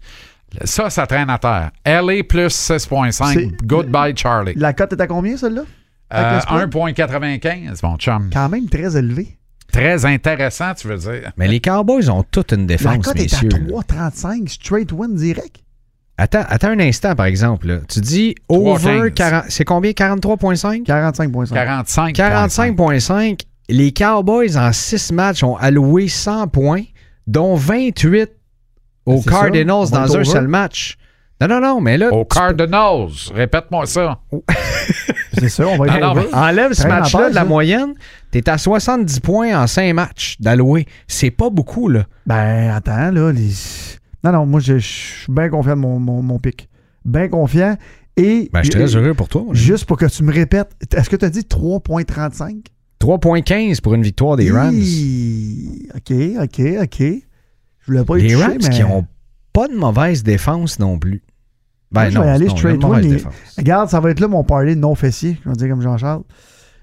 Ça, ça traîne à terre. LA plus 6.5, C'est- Goodbye Charlie. La cote est à combien, celle-là? Avec Euh, le spread? 1.95, mon chum. Quand même très élevé. Très intéressant, tu veux dire. Mais les Cowboys ont toute une La défense, cote est à messieurs. 3,35, straight win direct. Attends, attends un instant, par exemple. là. Tu dis over 3,15. 40. C'est combien? 43.5? 45,5. 45. 45.5. Les Cowboys, en 6 matchs, ont alloué 100 points, dont 28 aux C'est ça, Cardinals on dans est un over. seul match. Non, non, non, mais là. Au tu- Cardinals. Répète-moi ça. C'est ça, on va Non, non, y mais- aller. Enlève ce Traîne la match-là page, de la là. moyenne, t'es à 70 points en 5 matchs d'alloué. C'est pas beaucoup, là. Ben, attends, là. les- Non, non, moi, je je suis bien confiant de mon, mon, mon pic. Bien confiant. Et. Ben, je suis et- très heureux pour toi. mon ami. Juste pour que tu me répètes, est-ce que tu as dit 3,35 3.15 pour une victoire des Rams. Hi, OK, OK, OK. Je voulais pas y Les toucher, Rams mais... qui ont pas de mauvaise défense non plus. Ben Moi, je vais non, aller non, il y a straight une mauvaise one, les- défense. Regarde, ça va être là mon parlay non fessier, je vais dire comme Jean-Charles.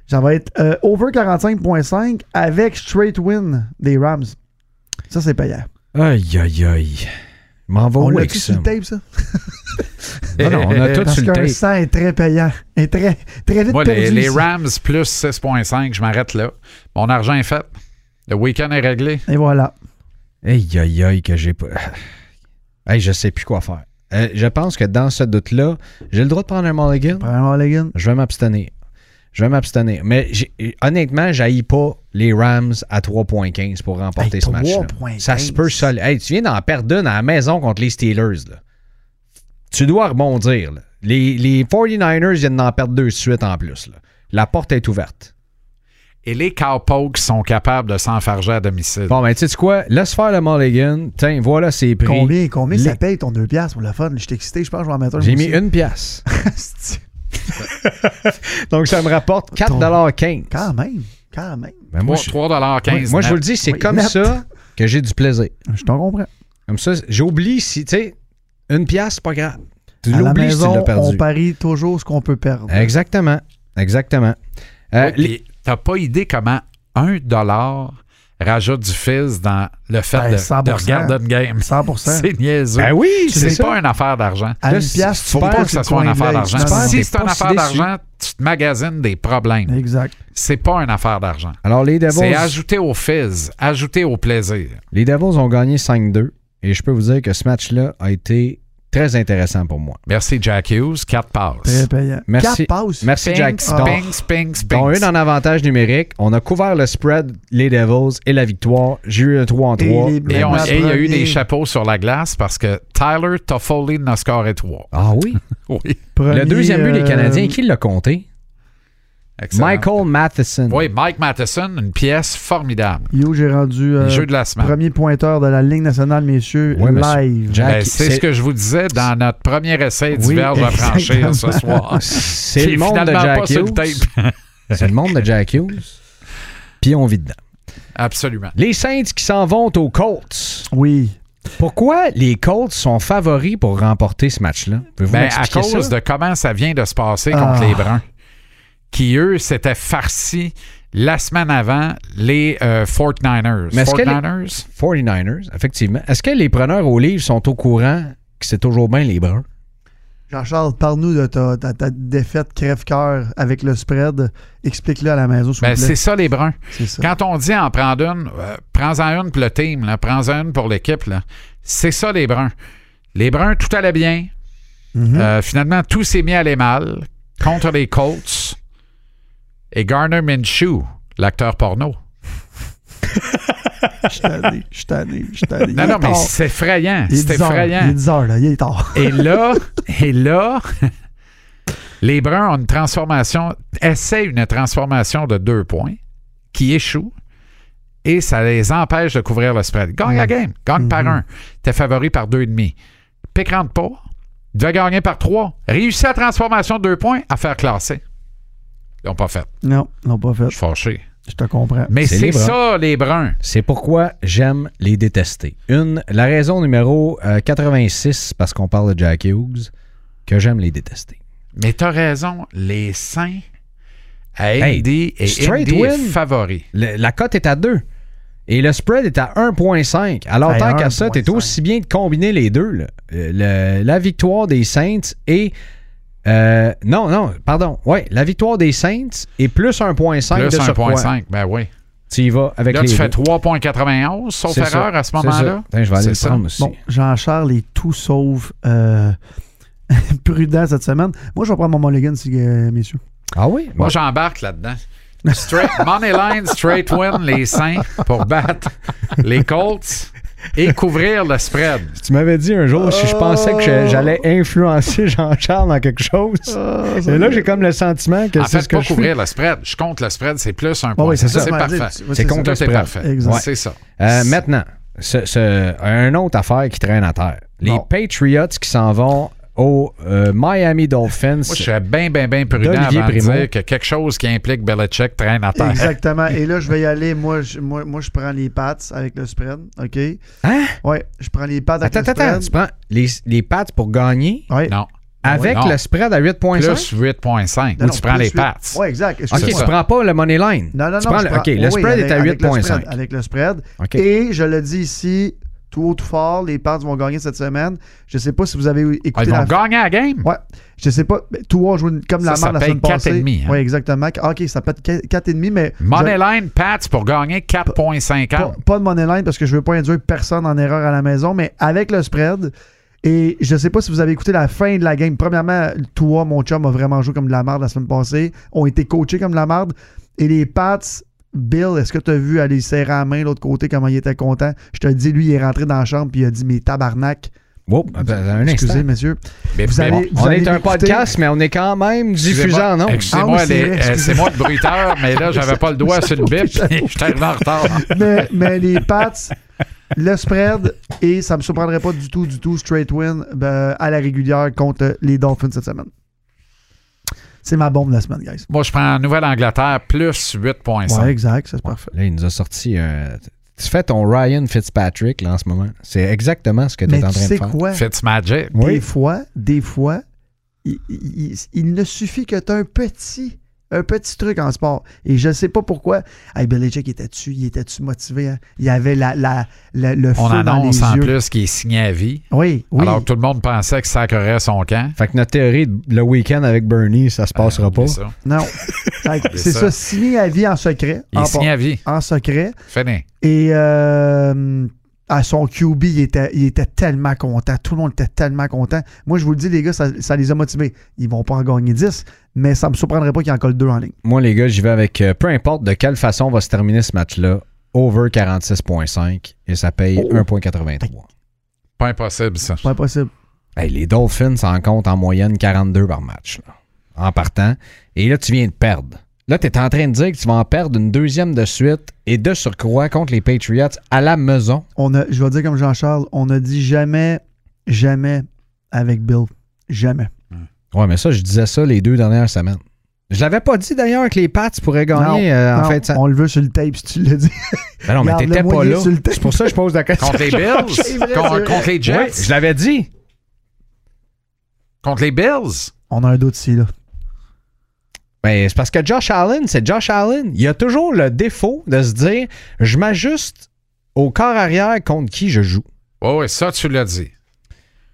Ça va être euh, over 45.5 avec straight win des Rams. Ça, c'est payant. Aïe, aïe, aïe. Je M'en va On où l'a avec dit Oh ça? sur le tape, ça? Non, non, <laughs> on a tout Parce sur le qu'un tape. 100 est très payant. Est très, très vite Moi, perdu. les, les ici. Rams plus 6.5, je m'arrête là. Mon argent est fait. Le week-end est réglé. Et voilà. Aïe, aïe, aïe, que j'ai pas. <sighs> Hey, je sais plus quoi faire. Euh, je pense que dans ce doute-là, j'ai le droit de prendre un mulligan. Premièrement, Mulligan. Je vais m'abstenir. Je vais m'abstenir. Mais j'ai- honnêtement, j'haïs pas les Rams à 3.15 pour remporter Hey, ce match-là. 3.15. Ça se peut seul. Hey, tu viens d'en perdre une à la maison contre les Steelers. là. Tu dois rebondir. là. Les, les 49ers viennent d'en perdre deux de suite en plus. là. La porte est ouverte. Et les Cowpokes sont capables de s'enfarger à domicile. Bon, ben, tu sais quoi? Laisse faire le mulligan. Tiens, voilà ses prix. Combien, combien Les- ça paye ton 2$ piastres pour le fun? Je t'ai excité, je pense que je vais en mettre un. J'ai moi mis aussi. une pièce. <laughs> Asti. <laughs> Donc, ça me rapporte 4,15 Quand même, quand même. Ben, moi, Moi, je- 3,15 moi, je vous le net. dis, c'est Oui, comme net. ça que j'ai du plaisir. Je t'en comprends. Comme ça, j'oublie si, tu sais, une pièce, c'est pas grave. Tu À la l'oublies si tu maison, l'as on perdu. parie toujours ce qu'on peut perdre. Exactement. Exactement. Euh, Ouais, puis T'as pas idée comment 1 dollar rajoute du fils dans le fait Ben, de- de, 100%. regarder une game. <laughs> 100%. C'est niaiseux. Ben oui, c'est Ah c'est ça. pas une affaire d'argent. À Là, une si piastre, tu faut perds, pas Pas que ça soit une affaire d'argent. Non, non, Si t'es c'est pas une si affaire déçu. d'argent, tu te magasines des problèmes. Exact. C'est pas une affaire d'argent. Alors, les Devils, C'est ajouter au fizz, ajouter au plaisir. les Devils ont gagné 5-2. Et je peux vous dire que ce match-là a été très intéressant pour moi. Merci Jack Hughes, 4 passes. Très payant. Merci. Quatre passes. Merci, Jack. Pings, Dont- pings, pings, dont une pings. en avantage numérique. On a couvert le spread, les Devils et la victoire. J'ai eu un 3 en 3. les Et on- La et il y a eu des première- chapeaux sur la glace parce que Tyler Toffoli n'a scoré 3. Ah oui? Oui. le Premier, deuxième but des euh, Canadiens, qui l'a compté? Excellent. Michael Matheson. Oui, Mike Matheson, une pièce formidable. Yo, j'ai rendu euh, Le jeu de la semaine. premier pointeur de la Ligue nationale, messieurs, Ouais, monsieur. live. Jack, Ben, c'est ce que je vous disais dans notre premier essai Oui, d'hiver de franchir ce <laughs> soir. C'est Qui est le monde de finalement Jack pas sur le Hughes. tape. C'est le monde de Jack Hughes. Puis on vit dedans. Absolument. Les Saints qui s'en vont aux Colts. Oui. Pourquoi les Colts sont favoris pour remporter ce match-là? Pouvez-vous Ben, à m'expliquer cause ça? de comment ça vient de se passer Ah. contre les Bruns. qui, eux, s'étaient farcis la semaine avant les euh, 49ers. Mais est-ce que les- 49ers? 49ers, effectivement. Est-ce que les preneurs au livre sont au courant que c'est toujours bien les bruns? Jean-Charles, parle-nous de ta, ta- ta défaite crève-cœur avec le spread. Explique-le à la maison, s'il Ben, vous plaît. c'est ça, les bruns. C'est ça. Quand on dit en prendre une, euh, prends-en une pour le team, là, prends-en une pour l'équipe. là. C'est ça, les bruns. Les bruns, tout allait bien. Mhm. Euh, finalement, tout s'est mis à aller mal contre les Colts et Garner Minshew, l'acteur porno. Je suis tanné, je suis tanné, je suis tanné. Non, Il est non, mais tard. c'est effrayant. Il est C'est 10 heures, Il effrayant. est 10 heures, là. Il est tard. <laughs> Et là, et là, les Bruns ont une transformation, essaient une transformation de deux points qui échoue et ça les empêche de couvrir le spread. Gagne Mm-hmm. la game, gagne par un. T'es favori par deux et demi. Pick rentre pas, devait gagner par trois. Réussis la transformation de deux points à faire classer. Ils l'ont pas fait. Non, ils l'ont pas fait. Je suis fâché. Je te comprends. Mais C'est les c'est Bruns. ça, les Bruns. C'est pourquoi j'aime les détester. Une, la raison numéro euh, 86, parce qu'on parle de Jack Hughes, que j'aime les détester. Mais t'as raison, les Saints à Indy Hey, et straight Indy est win. favori. Le- la cote est à 2. Et le spread est à 1.5. Alors, Hey, tant qu'à ça, 1.5. t'es aussi bien de combiner les deux. là. Euh, le- la victoire des Saints et... euh, non, non, pardon. Ouais, la victoire des Saints est plus 1.5 Plus de surcroît. 1.5 ben oui. Tu y vas avec Là, les tu fais deux. 3.91, sauf C'est ça, erreur à ce c'est ça. moment-là. Attends, Je vais aller C'est le ça. prendre aussi. Bon, Jean-Charles est tout sauf euh, <laughs> prudent cette semaine. Moi, je vais prendre mon mulligan, si, euh, messieurs. Ah oui? Moi, j'embarque là-dedans. Straight, <laughs> money line, straight win, les Saints pour battre les Colts et couvrir le spread. Tu m'avais dit un jour si je pensais que je- j'allais influencer <laughs> Jean-Charles dans quelque chose. Et là, j'ai comme le sentiment que En fait, c'est Oh, ce que pas je fais. couvrir le spread. Je compte le spread, c'est plus un Ah point. oui, c'est ça. C'est Ouais, parfait. c'est- ouais, c'est ça. contre Tout est spread. parfait. Exact. C'est ça. Euh, maintenant, ce, ce- un autre affaire qui traîne à terre. Les Bon. Patriots qui s'en vont au euh, Miami Dolphins. Moi, je serais bien, bien, bien prudent D'Olivier avant de Primo. dire que quelque chose qui implique Belichick traîne à terre. Exactement. Et là, je vais y aller. Moi, je, moi, moi, je prends les pattes avec le spread. OK? Hein? Ouais, je prends les pattes avec Attends, le spread. attends, tu prends les, les Pats pour gagner Ouais. Non. avec Ah Non. le spread à 8.5? Plus 8.5. Non, Ou non, tu prends plus les huit. Pats. Ouais, exact. Ok, c'est Excuse-moi. tu ça. prends pas le money line. Non, non, Tu non. prends je le- prends- OK, le oui, spread avec- est à avec le spread, 8.5. Avec le spread. OK. Et je le dis ici, tout haut, tout fort, les Pats vont gagner cette semaine. Je sais pas si vous avez Ah, écouté Ils vont la gagner la game. Ouais. Je sais pas. mais Tout haut, joue une- comme la Ça, ça merde la paye semaine passée. 4,5, hein. Oui, exactement. OK, ça peut être 4,5, mais. je- Moneyline Pats pour gagner pas, 4.50. pas de money line parce que je veux pas induire personne en erreur à la maison, mais avec le spread. Et je sais pas si vous avez écouté la fin de la game. Premièrement, toi, mon chum, a vraiment joué comme de la merde la semaine passée. Ont été coachés comme de la merde. Et les Pats, Bill, est-ce que tu as vu aller serrer la main de l'autre côté comment il était content? Je te le dis, lui, il est rentré dans la chambre puis il a dit, mais tabarnak. Wow, attends, ben, un instant. Excusez, monsieur. Mais Vous mais- allez- On est un l'écouter. podcast, mais on est quand même diffusant, non? Excusez-moi, Ah oui, c'est les- vrai, euh, c'est excusez. moi le bruiteur, mais là, j'avais pas le doigt sur le bip, puis je suis arrivé en retard. mais, mais les Pats, le spread, et ça me surprendrait pas du tout, du tout, straight win ben, à la régulière contre les Dolphins cette semaine. C'est ma bombe de la semaine, guys. Moi, je prends Nouvelle-Angleterre plus 8.5. Ouais, exact, ça, c'est parfait. Ah. Là, il nous a sorti un. Tu fais ton Ryan Fitzpatrick là, en ce moment. C'est exactement ce que tu Mais es en tu train de sais faire. quoi? Fitzmagic. Des fois, des fois, il, il- il- il ne suffit que tu un petit, un petit truc en sport. Et je sais pas pourquoi. Hey, Belichick, était-tu, il était-tu motivé? hein? Il avait la, la, la- le feu On dans les annonce en yeux. plus qu'il est signé à vie, Oui, oui. alors que tout le monde pensait que ça sacrerait son camp. Fait que notre théorie, de le week-end avec Bernie, ça se passera pas. C'est Euh, ça. Non. Fait que c'est ça. ça, signé à vie en secret. Il est en signé à vie. en secret. Fini. Et euh, à son QB, il était, il était tellement content. Tout le monde était tellement content. Moi, je vous le dis, les gars, ça, ça les a motivés. Ils vont pas en gagner 10, mais ça me surprendrait pas qu'ils en collent deux en ligne. Moi, les gars, j'y vais avec euh, peu importe de quelle façon va se terminer ce match-là, over 46.5 et ça paye Oh. 1.83. Pas impossible, ça. Pas possible. Hey, les Dolphins en comptent en moyenne 42 par match là, en partant. Et là, tu viens de perdre. Là, tu es en train de dire que tu vas en perdre une deuxième de suite et de surcroît contre les Patriots à la maison. On a, je vais dire comme Jean-Charles, on a dit jamais, jamais avec Bill. Jamais. Ouais, mais ça, je disais ça les deux dernières semaines. Je l'avais pas dit d'ailleurs que les Pats pourraient gagner Non, euh, en non, fait. on le veut sur le tape si tu le dis. Ben non, mais Garde-le t'étais pas moyen là. sur le tape. C'est pour ça que je pose la question. Contre les C'est Bills, vrai, c'est contre, vrai. contre les Jets, Ouais, je l'avais dit. contre les Bills. On a un doute ici, là. Ben, c'est parce que Josh Allen, c'est Josh Allen. Il a toujours le défaut de se dire je m'ajuste au corps arrière contre qui je joue. Oh, oui, ça, tu l'as dit.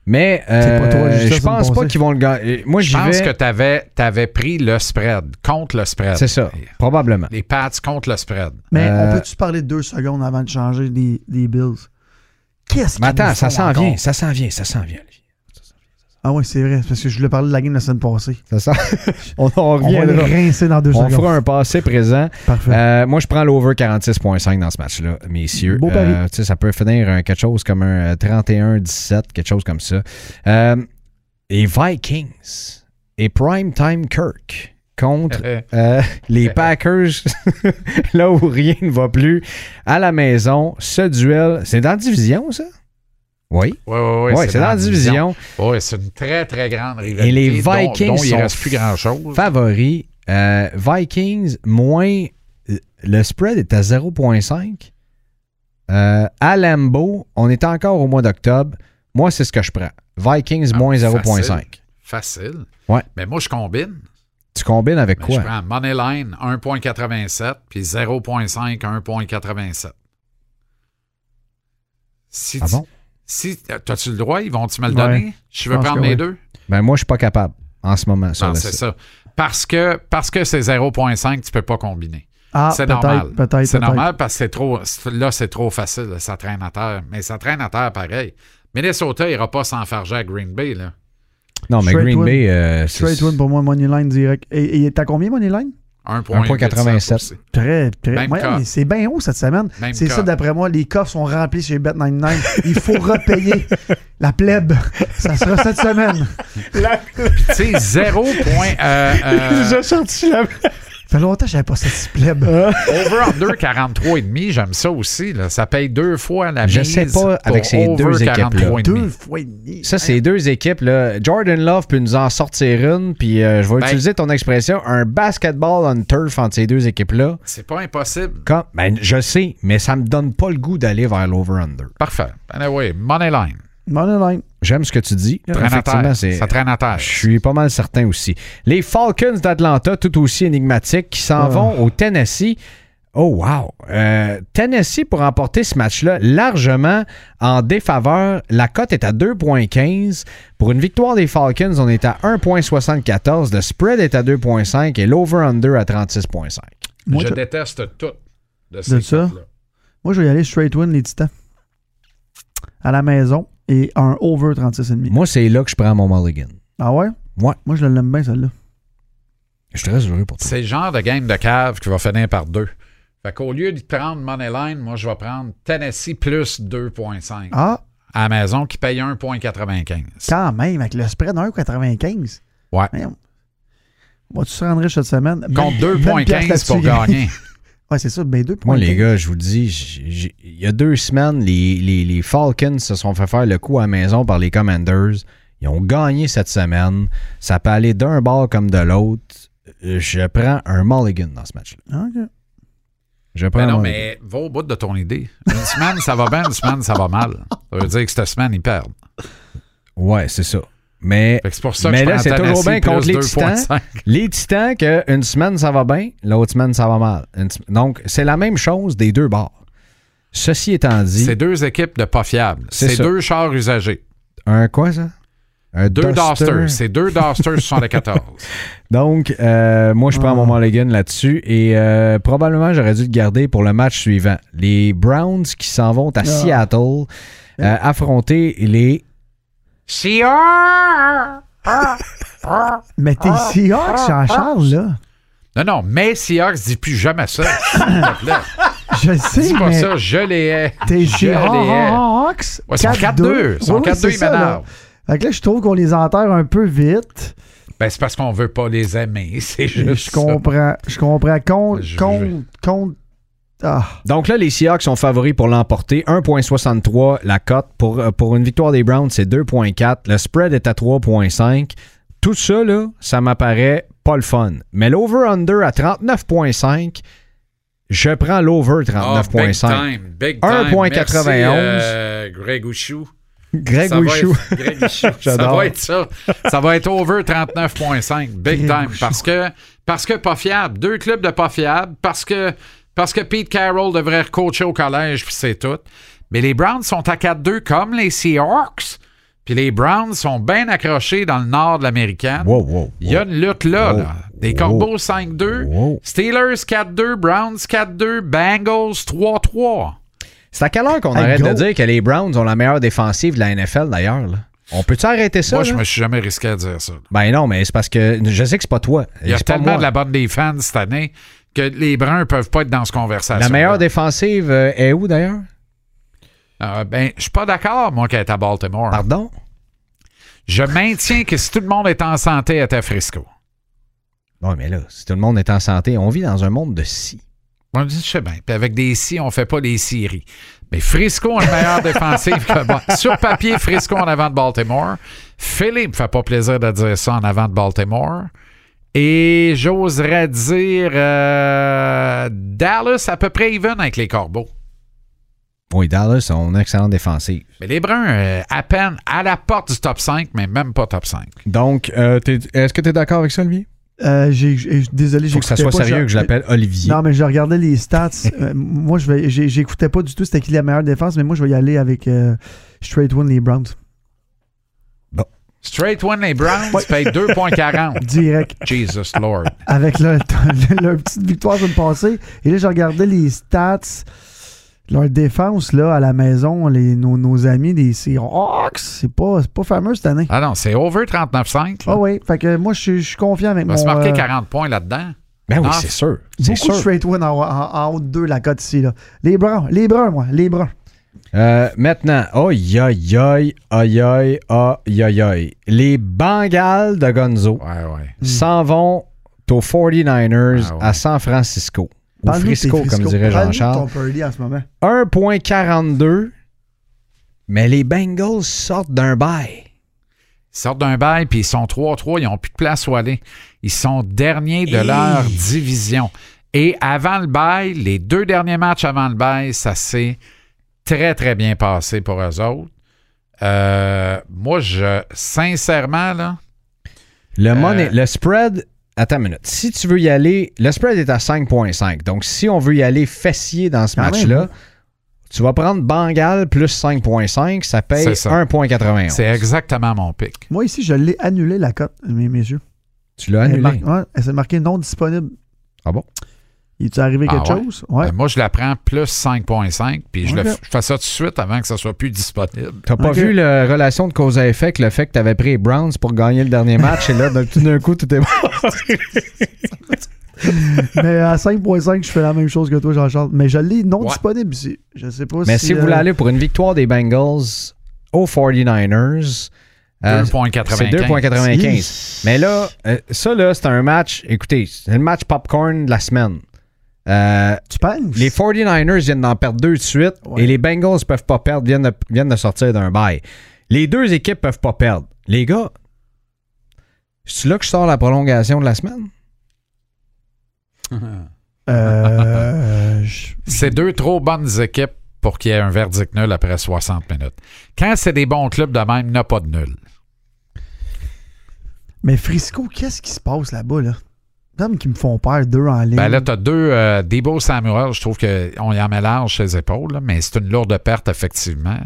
Mais C'est pas toi, euh, juste ça, je c'est une pense pas pensée. qu'ils vont le gagner. Moi, Je j'y pense que vais. tu avais, pris le spread, contre le spread. C'est ça, probablement. Les Pats contre le spread. Mais Euh, on peut-tu parler deux secondes avant de changer des, des Bills? Qu'est-ce qu'ils Mais attends, nous ça font s'en encore? vient, ça s'en vient, ça s'en vient. Olivier. Ah oui, c'est vrai, c'est parce que je voulais parler de la game la semaine passée. Ça s'en... <laughs> on en On va les reviendra. rincer dans deux On secondes. fera un passé présent. Parfait. Euh, moi, je prends l'over 46.5 dans ce match-là, messieurs. Beau pari. Euh, tu sais, ça peut finir euh, quelque chose comme un euh, 31-17, quelque chose comme ça. Euh, les Vikings et Primetime Kirk <laughs> contre Eh, euh, les Packers, <laughs> là où rien ne va plus, à la maison. Ce duel, c'est dans la division, ça? Oui, Oui, oui, oui. oui c'est dans la division. Oui, Oh c'est une très, très grande rivalité. Et les dont- Vikings dont il sont reste plus grand-chose. Favori, euh, Vikings moins. euh, Le spread est à 0,5. Euh, à Lambeau, on est encore au mois d'octobre. Moi, c'est ce que je prends. Vikings Ah, moins facile. 0,5. Facile. Ouais. Mais moi, je combine. Tu combines avec Mais quoi? Ben, Je prends Moneyline 1.87 puis 0.5 1.87. Si Ah tu- bon? Si, as-tu le droit? Ils vont-tu me le Ouais. donner? je veux pense prendre que les oui. deux? Ben, moi, je suis pas capable en ce moment. sur Non, le c'est site. ça. Parce que, parce que c'est 0.5, tu peux pas combiner. ah, c'est peut-être, normal. Peut-être, c'est peut-être. normal parce que c'est trop, c'est- là, c'est trop facile. Ça traîne à terre. Mais ça traîne à terre pareil. Minnesota ira pas s'enfarger à Green Bay. Là. Non, mais Straight Green win. Bay, euh, c'est- Straight win pour moi, Moneyline direct. Et- Et il est à combien Moneyline? 1.87. 1.87. aussi. Très, très. Même Ouais, cas. mais c'est bien haut cette semaine. Même C'est cas. ça, d'après moi. Les coffres sont remplis chez Bet99. Il faut repayer <laughs> la plèbe. Ça sera cette semaine. Tu sais, 0. point, <laughs> euh, euh, Ça fait longtemps que j'avais pas cette plèbe. Euh, over under 43,5, j'aime ça aussi. là. Ça paye deux fois la Je mise sais pas pour avec ces over deux équipes-là. 43,5. Deux fois et demi. Ça, c'est deux équipes. Là. Jordan Love peut nous en sortir une. Puis euh, je vais Ben- utiliser ton expression un basketball on turf entre ces deux équipes-là. C'est pas impossible. Comme, ben, je sais, mais ça me donne pas le goût d'aller vers l'over-under. Parfait. Anyway, Moneyline. Moneyline. J'aime ce que tu dis. là. Traîne à Effectivement, terre. c'est. Ça traîne à terre. Je suis pas mal certain aussi. Les Falcons d'Atlanta, tout aussi énigmatiques, qui s'en Ah. Oh. vont au Tennessee. Oh, wow! Euh, Tennessee pour remporter ce match-là largement en défaveur. La cote est à 2,15. Pour une victoire des Falcons, on est à 1,74. Le spread est à 2,5 et l'over-under à 36,5. Moi, je je- déteste tout de, ces ça? coupes-là. Moi, je vais y aller straight win, les Titans. À la maison et un over 36,5. Moi, c'est là que je prends mon mulligan. Ah ouais? Ouais. Moi, je l'aime bien, celle-là. Je suis très heureux pour toi. C'est le genre de game de cave qui va finir par deux. Fait qu'au lieu de prendre Moneyline, moi, je vais prendre Tennessee plus 2.5 Ah, à la maison qui paye 1.95. quand même, avec le spread 1,95. Ouais. Merde. Vas-tu se rendre riche cette semaine? Contre Même- <laughs> même pièce 2.15 là-dessus. pour gagner. Ouais, c'est ça, ben 2.15. Moi, les gars, je vous le dis, j'ai- j'ai- il y a deux semaines, les, les- les Falcons se sont fait faire le coup à la maison par les Commanders. Ils ont gagné cette semaine. Ça peut aller d'un bord comme de l'autre. Euh, Je prends un mulligan dans ce match-là. Ok. Je Mais prends Ben non, un mulligan. mais va au bout de ton idée. Une semaine, ça va bien, une semaine, ça va mal. Ça veut dire que cette semaine, ils perdent. Ouais, c'est ça. Mais, Fait que c'est pour ça que mais je là, prends c'est toujours bien Tennessee contre plus les Titans. 2.5. Les Titans, qu'une semaine, ça va bien, l'autre semaine, ça va mal. Une se- Donc, c'est la même chose des deux bords. Ceci étant dit, C'est deux équipes de pas fiables. C'est C'est ça. deux chars usagés. un quoi, ça? Un Deux duster. Dusters. C'est deux Dusters 74. Donc, euh, moi, je prends mon mulligan là-dessus et euh, probablement, j'aurais dû le garder pour le match suivant. Les Browns qui s'en vont à Seattle euh, affronter les... Mais t'es Seahawks, j'en charge, là. Non, non, mais Seahawks, dis plus jamais <laughs> ça. s'il te plaît. <laughs> Je le sais, Dis pas mais ça, je les hais. t'es Je les hais. Seahawks. Ouais, ils sont 4-2. Ils sont Ouais, ouais, 4-2, c'est ils ça, là. m'énervent. Fait que là, je trouve qu'on les enterre un peu vite. Ben, c'est parce qu'on veut pas les aimer. <laughs> C'est Je, juste. ça. comprends. Je comprends. Contre, Je- je- contre, contre. Ah, Donc là, les Seahawks sont favoris pour l'emporter. 1,63 la cote. Pour, euh, pour une victoire des Browns, c'est 2,4. Le spread est à 3,5. Tout ça, là, ça m'apparaît pas le fun. Mais l'over-under à 39,5, je prends l'over Ah, big 39,5. time, big time. 1.91. Merci, euh, Greg Ouchou. Greg Ça va Wichou. être- <laughs> Greg Ouchou. ça J'adore. va être ça. Ça va être over 39.5. Big Greg time. Ouchou. Parce que Parce que pas fiable. Deux clubs de pas fiable. Parce que, parce que Pete Carroll devrait coacher au collège, puis c'est tout. Mais les Browns sont à 4-2 comme les Seahawks. Puis les Browns sont bien accrochés dans le nord de l'Américaine. Wow, wow, wow. Il y a une lutte là. là. Des Wow. Corbeaux 5-2, Wow. Steelers 4-2, Browns 4-2, Bengals 3-3. C'est à quelle heure qu'on Hey, arrête go. de dire que les Browns ont la meilleure défensive de la NFL d'ailleurs? là? On peut-tu arrêter ça? Moi, là? je me suis jamais risqué à dire ça. Ben non, mais c'est parce que je sais que c'est pas toi. Il y a C'est pas moi. tellement de la bonne des fans cette année que les Bruns peuvent pas être dans ce conversation. La meilleure défensive euh, est où d'ailleurs? ben, je suis pas d'accord, moi, qu'elle est à Ah. Baltimore. Pardon? Je maintiens que si tout le monde est en santé, elle est à Frisco. Non, mais là, si tout le monde est en santé, on vit dans un monde de si. On dit, je sais bien. Puis avec des si, on fait pas des séries. Mais Frisco a une <laughs> meilleure défensive que Ba- Sur papier, Frisco en avant de Baltimore. Philippe fait pas plaisir de dire ça en avant de Baltimore. Et j'oserais dire euh, Dallas à peu près even avec les Corbeaux. Oui, Dallas, on a une excellente défensive. Mais les Bruns, euh, à peine à la porte du top 5, mais même pas top 5. Donc, euh, t'es- est-ce que tu es d'accord avec ça, Olivier? Euh, j'ai- j'ai- désolé, Faut que ça j'écoutais soit pas, sérieux que je l'appelle Olivier. Non, mais je regardais <laughs> les stats. Euh, moi, je vais, j'ai- j'écoutais pas du tout c'était qui la meilleure défense, mais moi, je vais y aller avec euh, Straight One, les Browns. Straight one, les Browns payent 2,40. <laughs> <laughs> Direct. Jesus Lord. avec leur, <laughs> leur petite victoire sur le passé. Et là, j'ai regardé les stats. Leur défense, là, à la maison, les, nos, nos amis des Seahawks, c'est pas, c'est pas fameux cette année. Ah non, c'est over 39,5. là. Ah oui, fait que moi, je suis- je suis confiant avec Il va mon... se marquer euh, 40 points là-dedans. Ben oui, Ah. c'est sûr. C'est Beaucoup de sûr. straight win en, en- en haut de deux, la cote ici. Là. Les bruns, les bruns, moi, les bruns. Euh, maintenant, aïe, aïe, aïe, aïe, aïe, aïe, aïe, aïe. Les Bengals de Gonzo Ouais, ouais. Hmm. s'en vont aux 49ers Ah ouais. à San Francisco. Ou Parle-nous de tes Frisco, comme Frisco. dirait Parle-nous de Jean-Charles. ton Purdy en ce moment. 1.42, mais les Bengals sortent d'un bail. Ils sortent d'un bail, puis ils sont 3-3, ils n'ont plus de place où aller. Ils sont derniers de leur division. Et avant le bail, les deux derniers matchs avant le bail, ça s'est très, très bien passé pour eux autres. Euh, moi, je, sincèrement, là, Euh. Le, money- le spread, attends une minute. Si tu veux y aller, le spread est à 5.5. Donc, si on veut y aller fessier dans ce Quand match-là, même. tu vas prendre Bengal plus 5.5, ça paye C'est ça. 1.91. c'est exactement mon pic. Moi, ici, je l'ai annulé, la cote, mes messieurs. Tu l'as Elle, annulé. marque- ouais, elle s'est marquée non disponible. Ah bon? Il est arrivé Ah quelque ouais? chose? Ouais. <laughs> Euh, moi, je la prends plus 5.5, puis je, le Ok. f- je fais ça tout de suite avant que ça soit plus disponible. T'as pas Ok. vu la relation de cause à effet que le fait que t'avais pris les Browns pour gagner le dernier match et là, d'un- tout d'un coup, tout est mort. Mais à 5.5, je fais la même chose que toi, Jean-Charles. Mais je l'ai non Ouais. disponible ici. Je sais pas Mais si. si vous euh, voulez aller pour une victoire des Bengals aux 49ers, euh, c'est 2.95. 2.95. Mais là, euh, ça, là, c'est un match. Écoutez, c'est le match popcorn de la semaine. Euh, Tu penses? les 49ers viennent d'en perdre deux de suite Ouais. et les Bengals peuvent pas perdre, viennent de, viennent de sortir d'un bail. Les deux équipes peuvent pas perdre. Les gars, c'est là que je sors la prolongation de la semaine? Euh, <laughs> je- C'est deux trop bonnes équipes pour qu'il y ait un verdict nul après 60 minutes. Quand c'est des bons clubs de même, il n'y a pas de nul. Mais Frisco, qu'est-ce qui se passe là-bas, là? D'hommes qui me font peur, deux en ligne. Ben là, tu as deux euh, Debo Samuel. Je trouve qu'on y en met large ses épaules, là, mais c'est une lourde perte, effectivement.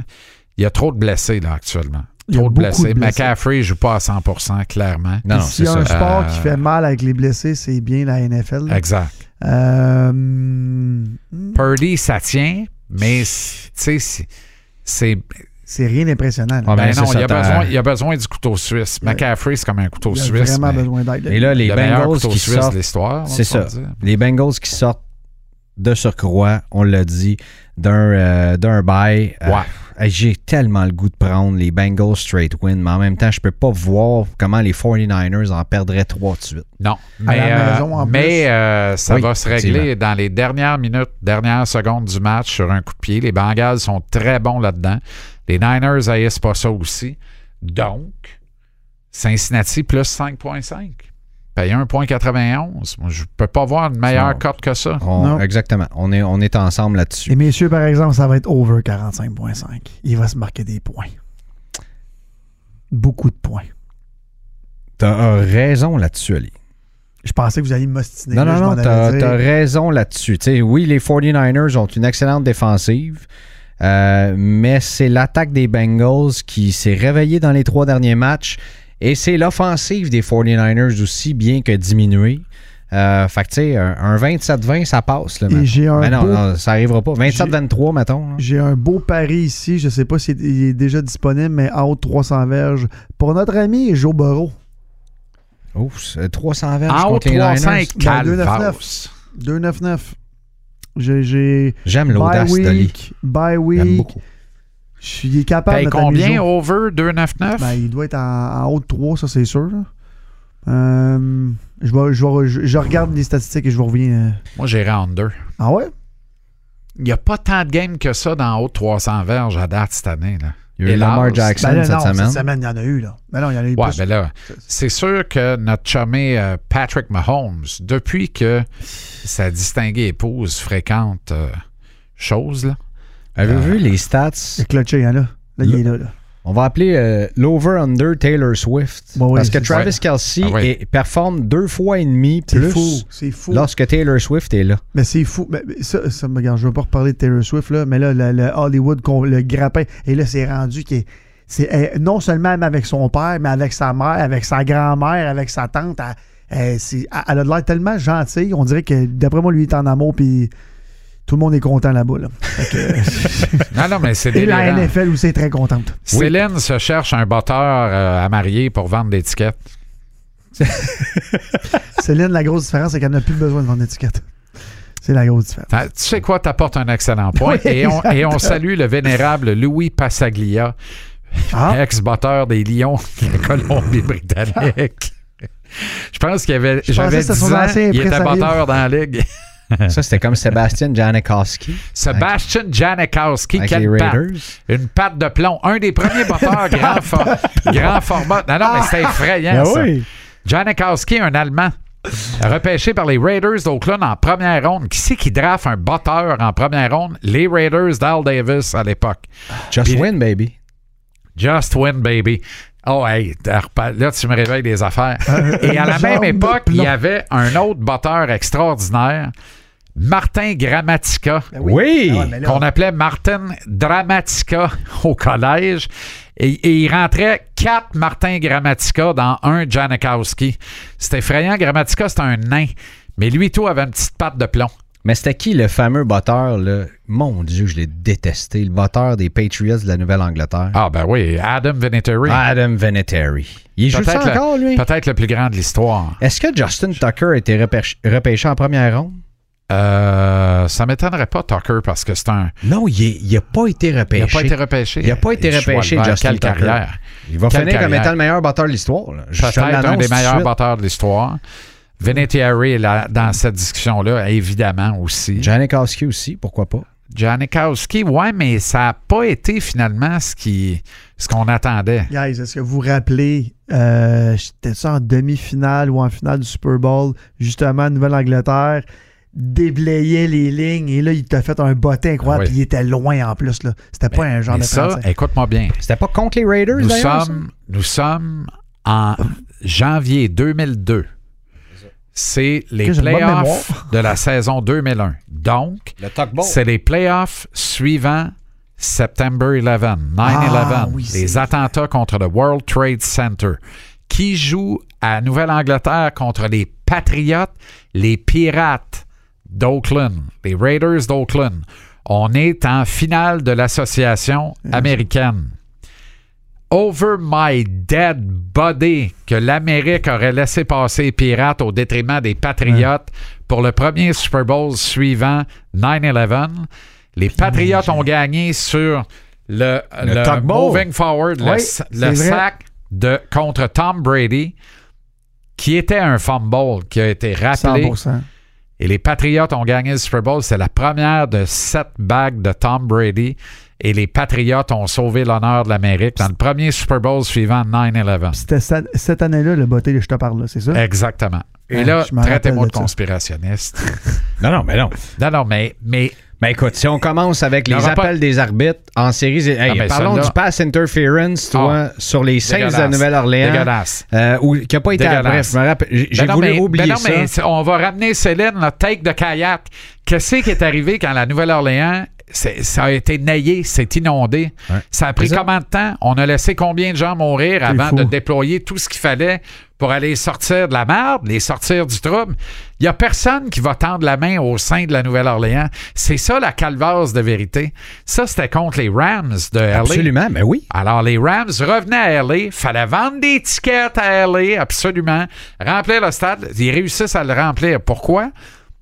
Il y a trop de blessés, là, actuellement. Il y a Trop de beaucoup blessés. de blessés. McCaffrey ne joue pas à 100 clairement. Ah Non, non, S'il c'est y a ça. un sport qui Euh, fait mal avec les blessés, c'est bien la NFL. là. Exact. Euh, hum, Purdy, ça tient, mais c- tu sais, c'est- c'est. c'est rien d'impressionnant. là. Ah, Ben mais ça, non, ça Ben, il y a t'a- besoin- il y a besoin du couteau suisse. McCaffrey, c'est comme un couteau Il a suisse. vraiment mais besoin d'aide. là. Et là, les le meilleur Bengals couteau qui suisse sortent. de l'histoire. on C'est va ça. dire. Les Bengals qui sortent de surcroît, on l'a dit, d'un euh, d'un bail. Euh, Ouais. hey, J'ai tellement le goût de prendre les Bengals straight win, mais en même temps, je peux pas voir comment les 49ers en perdraient trois de suite. Non, À mais, la euh, maison, en mais, plus. euh, ça Oui, va se régler dans les dernières minutes, dernières secondes du match sur un coup de pied. Les Bengals sont très bons là-dedans. Les Niners haïssent pas ça aussi. Donc, Cincinnati plus 5.5. Paye 1.91. Moi, je peux pas voir une meilleure Non. cote que ça. On- Non. exactement. On est, on est ensemble Les là-dessus. messieurs, par exemple, ça va être over 45.5. Il va se marquer des points. Beaucoup de points. T'as euh, raison là-dessus, Ali. Je pensais que vous alliez m'ostiner. Non, là, non, je non, m'en allais t'as dire. t'as raison là-dessus. Tu sais, oui, les 49ers ont une excellente défensive, euh, mais c'est l'attaque des Bengals qui s'est réveillée dans les trois derniers matchs. Et c'est l'offensive des 49ers aussi, bien que diminuée. Euh, fait que, tu sais, un, un 27-20, ça passe. Là, Et maintenant. j'ai un Mais non, beau- non, ça arrivera pas. 27-23, mettons. là. J'ai un beau pari ici. Je sais pas s'il il est déjà disponible, mais out 300 verges pour notre ami Joe Burrow. Ouf, c'est 300 verges En haut, contre Ah, les Niners. 3-5, Ben, 2-9-9. Calvados. 299. J'ai- J'ai J'aime bye l'audace de Lee. week, bye J'aime week. beaucoup. Je suis il est capable Paye notre ami Joe. combien over 2,99? Ben, il doit être en, en haut de 3, ça c'est sûr. là. Euh, je, vais- je vais- je- je regarde les statistiques et je vous reviens. euh. Moi, j'ai round 2. Ah ouais? Il n'y a pas tant de games que ça dans haut de 300 verges à date cette année. Là. Il y a eu Hélas. Lamar Jackson Ben là, cette non, semaine. cette semaine, il y en a eu. Là. Ben non, il y en a eu Ouais, plus. ben là, c'est sûr que notre chumé euh, Patrick Mahomes, depuis que sa distinguée épouse fréquente euh, chose, là, Euh, Avez-vous vu les stats? C'est clutché, il y en a. Là, il est là. là. On va appeler euh, l'over-under Taylor Swift. Bon, oui, parce que c'est- Travis ouais. Kelsey Ah, ouais. est- performe deux fois et demi C'est plus fou. C'est fou. lorsque Taylor Swift est là. Mais c'est fou. Mais, mais ça, ça me regarde, je veux pas reparler de Taylor Swift, là, mais là, le, le Hollywood, qu'on- le grappin, et là, c'est rendu qui est. c'est- elle- non seulement elle, avec son père, mais avec sa mère, avec sa grand-mère, avec sa tante. Elle, elle- c'est- elle- elle a de l'air tellement gentille. On dirait que, d'après moi, lui, il est en amour, puis tout le monde est content là-bas. là. non, non, mais c'est Et la délirant. NFL aussi est très contente. Céline se cherche un botteur euh, à marier pour vendre des tickets. Céline, la grosse différence, c'est qu'elle n'a plus besoin de vendre étiquette. C'est la grosse différence. T'as- Tu sais quoi, t'apportes un excellent point. <laughs> Oui, et, on, et on salue le vénérable Louis Passaglia, Ah. ex-batteur des Lions <laughs> de la Colombie-Britannique. Je pense qu'il avait. pensais J'avais que c'était 10 son ans, ancien il presse était à batteur dans la <laughs> ligue. <laughs> Ça, c'était comme Sébastien Janikowski Sebastian Janikowski, avec les quelle patte. Raiders. Une patte de plomb. Un des premiers <laughs> batteurs grand, for- grand format. Non, non, mais Ah! c'était Ben effrayant, ça. Janikowski, un Allemand, repêché par les Raiders d'Oakland en première ronde. Qui c'est qui draft un batteur en première ronde? Les Raiders d'Al Davis à l'époque. Just Puis- win, baby. Just win, baby. Oh, hey, t'as repa- là, tu me réveilles des affaires. Euh, Et à la même genre de époque, il y plomb. avait un autre batteur extraordinaire, Martin Grammatica Ben Oui! Ah ouais, mais là, qu'on appelait Martin Dramatica au collège. Et, et il rentrait quatre Martin Grammatica dans un Janikowski. C'était effrayant. Grammatica, c'était un nain. Mais lui, tout, avait une petite patte de plomb. Mais c'était qui le fameux batteur, là? Mon Dieu, je l'ai détesté. Le batteur des Patriots de la Nouvelle-Angleterre. Ah, ben oui, Adam Vinatieri. Adam Vinatieri. Il joue ça le, encore, lui? peut-être le plus grand de l'histoire. Est-ce que Justin Tucker a été repêché, repêché en première ronde? Euh, ça m'étonnerait pas, Tucker, parce que c'est un. Non, il n'a pas été repêché. Il n'a pas été repêché. Il a pas été Et je vois repêché, le vert, Justin Quelle Tucker. carrière. Il va Quelle finir comme carrière. étant le meilleur batteur de l'histoire. là. Je te Peut-être un l'annonce des tout de meilleurs suite. batteurs de l'histoire. Vinatieri est là, dans cette discussion-là, évidemment aussi. Janikowski aussi, pourquoi pas? Janikowski, ouais, mais ça n'a pas été finalement ce qui ce qu'on attendait. Guys, est-ce que vous vous rappelez, euh, j'étais ça en demi-finale ou en finale du Super Bowl, justement, Nouvelle-Angleterre, déblayait les lignes et là, il t'a fait un bottin incroyable, Ah oui. puis il était loin en plus. là. C'était pas un genre Mais de ça, 35. écoute-moi bien. C'était pas contre les Raiders, Nous d'ailleurs? sommes, nous sommes en janvier 2002. C'est les Que j'ai une bonne playoffs mémoire. de la saison 2001. Donc, Le Tuck Bowl. c'est les playoffs suivants September 11, 9-11, Ah, oui, les c'est attentats contre le World Trade Center. Qui joue à Nouvelle-Angleterre contre les Patriots, les Pirates d'Oakland, les Raiders d'Oakland? On est en finale de l'association Mm. américaine. Over my dead body que l'Amérique aurait laissé passer les pirates au détriment des Patriotes pour le premier Super Bowl suivant 9-11. Les Patriots ont gagné sur le, le Tug Bowl. moving forward, le, Oui, sa- c'est le vrai. sac de, contre Tom Brady, qui était un fumble qui a été rappelé. 100%. Et les Patriots ont gagné le Super Bowl. C'est la première de sept bagues de Tom Brady. Et les Patriots ont sauvé l'honneur de l'Amérique dans le premier Super Bowl suivant 9-11. C'était ça- cette année-là, le bottin, je te parle, là, c'est ça? Eh, Exactement. Et Ouais, là, je me rappelle traitez-moi de de ça. conspirationniste. Non, non, mais non. non, non, mais, mais Ben écoute, si on commence avec Il y les aura pas- appels des arbitres en série, hey, Ah, ben, parlons celle-là- Ah. du pass interference, toi, sur les Saints de la Dégueulasse. hein? Nouvelle-Orléans, Dégueulasse. euh, où- qui n'a pas été à Dégueulasse. bref. je me rappelle, J'ai j'ai Ben non, voulu mais- oublier ben non, ça. mais c'est- on va ramener Céline, notre take de kayak. Qu'est-ce qui est arrivé quand la Nouvelle-Orléans, c'est- ça a été naillé, c'est inondé? Ouais. Ça a pris C'est ça. combien de temps? On a laissé combien de gens mourir avant fou. de déployer tout ce qu'il fallait pour aller sortir de la merde, les sortir du trouble? Il n'y a personne qui va tendre la main au sein de la Nouvelle-Orléans. C'est ça la calvase de vérité. Ça, c'était contre les Rams de LA. Absolument, mais oui. Alors, les Rams revenaient à LA, fallait vendre des tickets à LA, absolument, remplir le stade. Ils réussissent à le remplir. Pourquoi?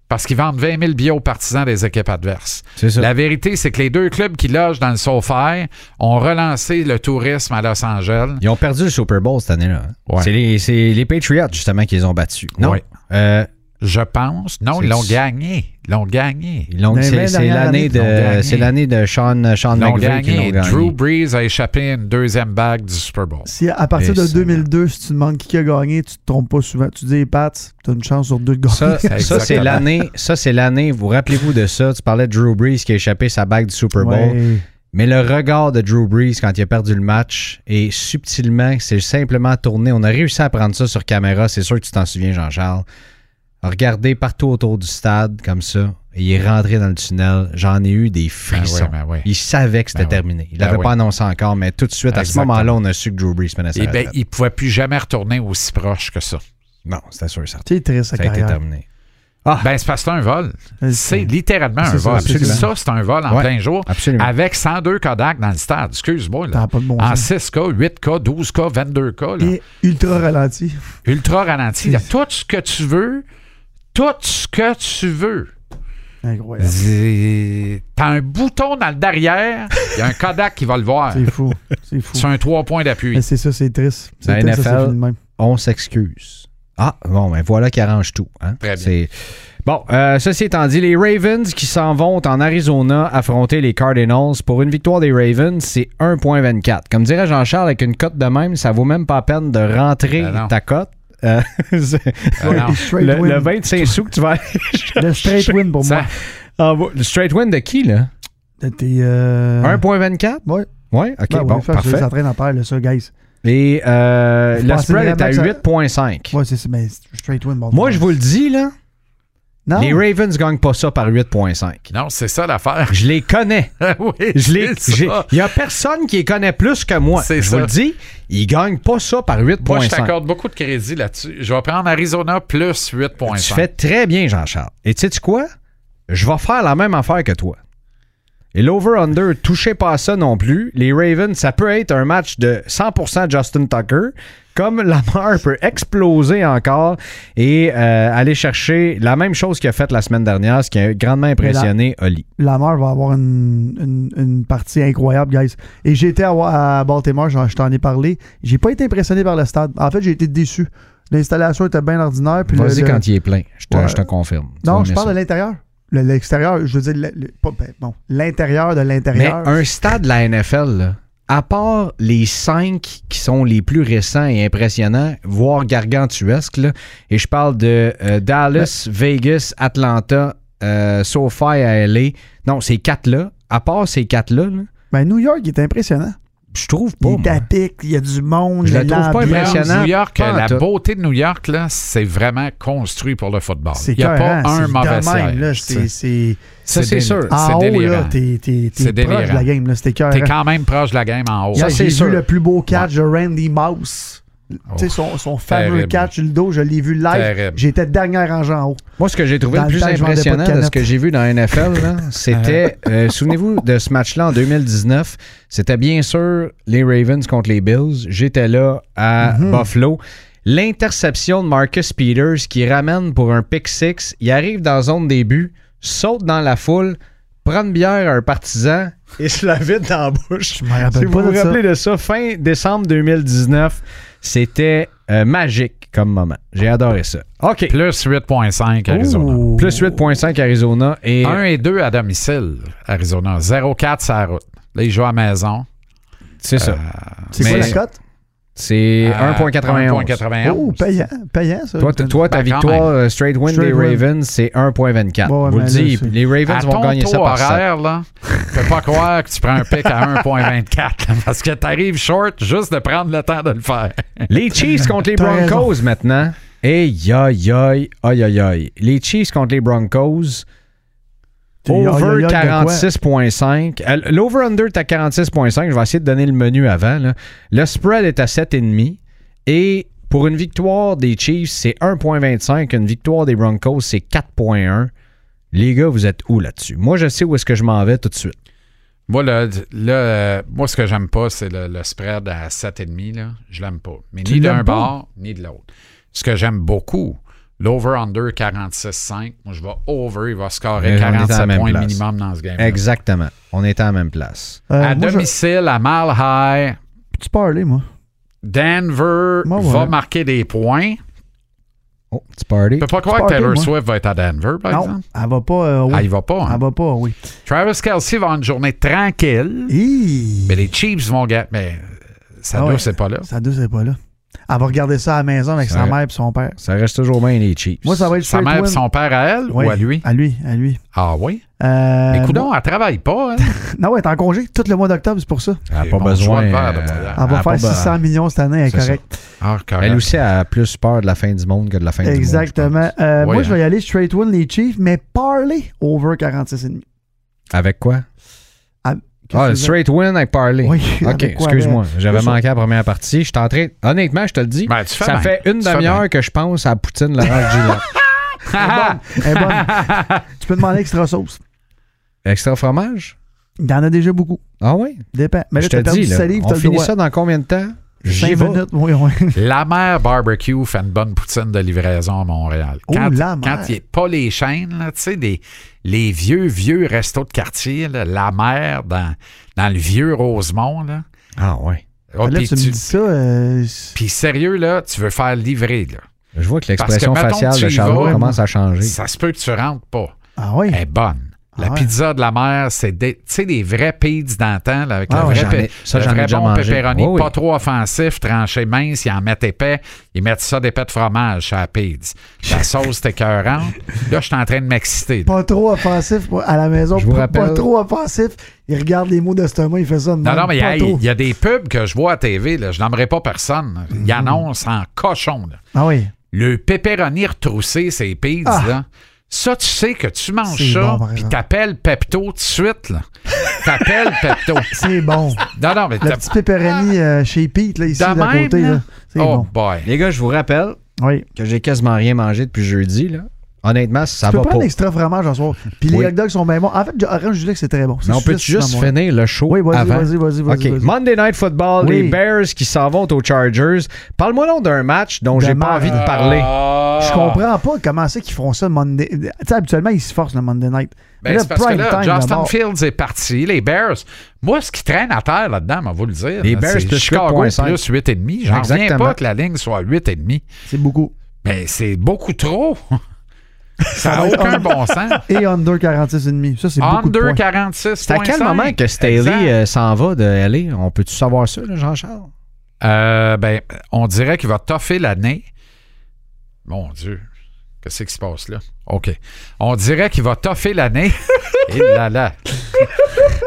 Parce qu'ils vendent 20 000 billets aux partisans des équipes adverses. C'est ça. La vérité, c'est que les deux clubs qui logent dans le SoFi ont relancé le tourisme à Los Angeles. Ils ont perdu le Super Bowl cette année-là. hein. Ouais. C'est les, c'est les Patriots, justement, qu'ils ont battus. Non. Ouais. Euh, Je pense. Non, C'est- ils l'ont gagné. Ils l'ont gagné. ils l'ont- Mais c'est la c'est dernière l'année année qu'ils l'ont de, gagné. c'est l'année de Sean, Sean Ils l'ont McVay qui l'ont gagné. gagné. Drew Brees a échappé une deuxième bague du Super Bowl. Si à partir Et de ça, 2002, si tu demandes qui a gagné, tu te trompes pas souvent. Tu dis les Pats, t'as une chance sur deux de Ça, <laughs> <laughs> ça gagner. c'est Exactement. l'année. Ça, c'est l'année. Vous rappelez-vous de ça? Tu parlais de Drew Brees qui a échappé sa bague du Super Bowl. Ouais. Mais le regard de Drew Brees quand il a perdu le match et subtilement, c'est simplement tourné. On a réussi à prendre ça sur caméra. C'est sûr que tu t'en souviens, Jean-Charles. Regardez partout autour du stade comme ça. Et il est rentré dans le tunnel. J'en ai eu des frissons. Ben oui, ben oui. Il savait que c'était Ben oui. terminé. Il Ben l'avait oui. pas annoncé encore, mais tout de suite, à ce Exactement. moment-là, on a su que Drew Brees menait sa Eh ben, retraite. ils ne pouvaient plus jamais retourner aussi proche que ça. Non, c'était sûr et certain. C'est triste, sa Ça a été carrière. terminé. Ben, c'est parce que c'est un vol. Elle C'est sait. littéralement un C'est ça, vol. c'est ça. Ça, c'est un vol en Ouais, plein jour. absolument. Avec 102 Kodak dans le stade. Excuse-moi. là. T'as pas de bon En sens. 6K, 8K, 12K, 22K. là. Et ultra ralenti. Ultra ralenti. Il y a tout ce que tu veux. Tout ce que tu veux. Incroyable. C'est- T'as un bouton dans le derrière. Il y a un Kodak qui va le voir. C'est fou. C'est fou. C'est un trois points d'appui. <laughs> Mais c'est ça, c'est triste. C'est La triste, ça, ça NFL. finit de même. on s'excuse. Ah, bon, ben voilà qui arrange tout. hein. Très bien. C'est- Bon, euh, ceci étant dit, les Ravens qui s'en vont en Arizona affronter les Cardinals. Pour une victoire des Ravens, c'est 1.24. Comme dirait Jean-Charles, avec une cote de même, ça vaut même pas la peine de rentrer Ben non. ta cote. Euh, <laughs> c'est- Ah non. Le straight le, win. le 25 sous que tu vas <laughs> Le straight win pour Ça- moi. en bas. Le straight win de qui, là? T'es. Euh... 1.24? Ouais. Ouais, OK, Ben ouais, bon, fait, parfait. Ça traîne à paire, là, ça, guys. Et euh, Je le pensais spread est vraiment à que ça- 8.5. Ouais, c'est ça. Mais straight win, bon. Moi, je vous le dis, là, Non. les Ravens gagnent pas ça par 8.5. Non, c'est ça l'affaire. <laughs> Je les connais. oui, Je les, c'est j'ai- ça. il y a personne qui les connaît plus que moi. C'est Je vous ça. le dis, ils gagnent pas ça par Moi, je 8.5. t'accorde beaucoup de crédit là-dessus. Je vais prendre Arizona plus 8.5. Tu fais très bien, Jean-Charles. Et tu sais quoi? Je vais faire la même affaire que toi. Et l'over-under, touchez pas à ça non plus. Les Ravens, ça peut être un match de 100% Justin Tucker, comme Lamar peut exploser encore et euh, aller chercher la même chose qu'il a faite la semaine dernière, ce qui a grandement impressionné Oli. Lamar va avoir une, une- une partie incroyable, guys. Et j'étais à, Wa- à Baltimore, j'en- je t'en ai parlé. J'ai pas été impressionné par le stade. En fait, j'ai été déçu. L'installation était bien ordinaire. Puis le- Vas-y le- quand il est plein, je te, Ouais. je te confirme. Tu vas Non, je aimer parle ça. de l'intérieur. Le- L'extérieur, je veux dire, le- le- pas- ben, bon, l'intérieur de Mais l'intérieur. un stade de la NFL, là, à part les cinq qui sont les plus récents et impressionnants, voire gargantuesques, là, et je parle de euh, Dallas, Ben. Vegas, Atlanta, euh, SoFi à LA. Non, ces quatre-là, à part ces quatre-là, là, Ben, New York il est impressionnant. je trouve pas. Il moi. est à pic, il y a du monde. Je le trouve pas l'ambiance. impressionnant. New York, Pas en la tout. beauté de New York, là, c'est vraiment construit pour le football. C'est Il n'y a pas cohérent, un c'est mauvais de même, là, siège. C'est c'est- Ça, c'est déli- sûr. En C'est haut, là, délirant. t'es t'es- t'es C'est proche de délirant. la game. là, T'es C'était cœur. quand même proche de la game en haut. Ça, Hier, c'est j'ai sûr. vu le plus beau catch de Randy Mouse. Tu sais, son, son fameux Terrible. catch sur le dos, je l'ai vu live. Terrible. J'étais dernière rangée en haut. Moi, ce que j'ai trouvé Dans le le plus temps, je vendais pas de Ah. impressionnant de, ce canettes. que j'ai vu dans la NFL, <laughs> là, c'était, euh, souvenez-vous de ce match-là en 2019, c'était bien sûr les Ravens contre les Bills. J'étais là à Mhm. Buffalo. L'interception de Marcus Peters qui ramène pour un pick six, il arrive dans la zone début, saute dans la foule, prend une bière à un partisan et se la vide dans la bouche. Je me rappelle Si vous pas vous de ça. rappelez de ça, fin décembre 2019, c'était euh, magique comme moment. J'ai adoré ça. OK. Plus 8.5 Arizona. Ouh. Plus 8.5 Arizona et 1 et 2 à domicile, Arizona. 0-4 sur la route. Là, ils jouent à la maison. Euh, c'est ça. C'est Mais- hein? quoi la cote? C'est euh, à 1.91. 1.91. Oh, payant, payant, ça. Toi, t- toi, ta Ben, quand victoire euh, straight win Straight des win. Ravens, c'est 1.24. Ouais, ouais, Je vous le mais dis, là, c'est- les Ravens à vont ton gagner taux ça par ça. horaire, là, je peux pas croire que tu prends un pic <laughs> à 1.24 parce que t'arrives short juste de prendre le temps de le faire. Les Chiefs contre les T'as raison. Broncos maintenant. Et aïe, aïe, aïe, aïe, aïe. Les Chiefs contre les Broncos. T'es- aïe, aïe, aïe, Over de quoi? 46.5. Euh, L'over-under est à 46.5. Je vais essayer de donner le menu avant. là. Le spread est à 7,5. Et pour une victoire des Chiefs, c'est 1.25. Une victoire des Broncos, c'est 4.1. Les gars, vous êtes où là-dessus? Moi, je sais où est-ce que je m'en vais tout de suite. Moi, le, le- euh, moi ce que j'aime pas, c'est le, le spread à 7,5. là. Je l'aime pas. Mais Tu ni l'aimes d'un pas? bord, ni de l'autre. Ce que j'aime beaucoup, l'over-under 46,5. Moi, je vais over. Il va scorer Mais on est à la 47 même points place. minimum dans ce game. Exactement. On est à la même place. Euh, À moi, je- domicile, à Mile High, Tu parlais, moi. Denver Moi, va ouais. marquer des points. Oh, petit party. Je peux pas croire que party, Taylor moi. Swift va être à Denver, par Non, exemple. elle va pas. euh, oui. Ah, il va pas. hein? Elle va pas, oui. Travis Kelsey va avoir une journée tranquille. Hi! Mais les Chiefs vont gagner. Mais ça Ah ouais. c'est pas là. Sa douce, elle est pas là. Elle va regarder ça à la maison avec sa Ouais. mère et son père. Ça reste toujours bien les Chiefs. Moi, ça va être Sa straight mère win. et son père à elle Oui, ou à lui? À lui, à lui. Ah oui? Euh, Écoute, elle travaille <laughs> pas. hein? Elle. Non, elle est en congé tout le mois d'octobre, c'est pour ça. Elle n'a Et Ah, pas bon besoin. choix de verre, euh, de Elle Ah, va a pas faire be- 600 millions cette année, elle est C'est ça. correcte. Ah, correct. Elle aussi a plus peur de la fin du monde que de la fin du monde. Exactement. je pense. Euh, Oui, moi, je hein. vais y aller straight win les Chiefs, mais parler over 46,5. Avec quoi? Qu'est-ce Ah, que le c'est? straight win avec Parley. Oui, OK, avec quoi, excuse-moi. avec- J'avais C'est ça. manqué la première partie. Je suis en train. Honnêtement, je te le dis, Ben, tu fais ça bien. fait une Tu fais demi-heure que je pense à Poutine <laughs> Laurent Gillard. Elle est bonne. <laughs> tu peux demander extra sauce. Extra fromage? Il y en a déjà beaucoup. Ah oui? Dépend. Mais là, je te t'as perdu dis, du là, salive, on t'as le finit droit. ça dans combien de temps? J'y Cinq vais. minutes, <laughs> oui, oui. La mère barbecue fait une bonne poutine de livraison à Montréal. Oh, Quand, la mère. quand il n'y a pas les chaînes, là, tu sais, des- les vieux, vieux restos de quartier, là, la mère dans, dans le vieux Rosemont. Là. Ah ouais. Ah, là, puis tu me tu- dis ça. euh, puis sérieux, là, tu veux faire livrer. Là. Je vois que l'expression Parce que, mettons, faciale tu de y Charlot vas, commence à changer. Ça se peut que tu rentres pas. Ah oui. Elle est bonne. La Ah ouais. pizza de la mer, c'est des, tu sais, des vrais pizzas d'antan, là, avec Ah le ouais, vrai, j'en ai- pe- ça, le j'en ai vrai déjà bon mangé. pepperoni, Oui, oui. pas trop offensif, tranché mince, ils en mettent épais, ils mettent ça d'épais de fromage à la pizza. <laughs> La sauce est écœurante. Là, je suis en train de m'exciter. là. Pas trop offensif pour- à la maison. Je vous pas, rappelle- pas trop offensif. Il regarde les mots d'estomac, il fait ça. de Non, même, non, mais pas hey, il trop. y a des pubs que je vois à TV, là, je n'aimerais pas personne. là. Ils Mm-hmm. annoncent en cochon. là. Ah oui. Le pepperoni retroussé, c'est pizzas, Ah. là. Ça, tu sais que tu manges C'est ça, bon, par puis exemple. t'appelles Pepto tout de suite, là. T'appelles Pepto. C'est <laughs> bon. Non, non, mais Le t'as- petit pepperoni euh, chez Pete, là, ici, De d'à même, côté. là? là. C'est Oh bon. boy. Les gars, je vous rappelle Oui. que j'ai quasiment rien mangé depuis jeudi. Là. Honnêtement, ça tu peux va pas. prendre extra fromage en soir. Puis Oui. les hot dogs sont bien bons. En fait, Orange, je disais que c'est très bon. C'est Mais on suisse, peut juste dans mon- finir le show Oui, vas-y, avant? vas-y, vas-y, vas-y, OK, vas-y. Monday Night Football, Oui. les Bears qui s'en vont aux Chargers. Parle-moi donc d'un match dont De j'ai pas marde. envie de parler. Ah. Je comprends pas comment c'est qu'ils font ça le Monday. Tu sais, habituellement, ils se forcent le Monday night. Ben, Mais c'est parce que là, time, Justin d'abord. Fields est parti. Les Bears, moi, ce qui traîne à terre là-dedans, on va vous le dire. Les là, Bears c'est plus Chicago 8,5. plus 8,5. J'en reviens Exactement. pas que la ligne soit 8,5. C'est beaucoup. Mais c'est beaucoup trop. Ça n'a va être aucun un- bon sens. Et under 46,5. Ça, c'est beaucoup. de points. Under 46. C'est à quel moment que Staley euh, s'en va de LA? On peut-tu savoir ça, là, Jean-Charles? ben, on dirait qu'il va toffer l'année. Mon Dieu. Qu'est-ce qui se passe là? OK. On dirait qu'il va toffer l'année. <laughs> Et là là.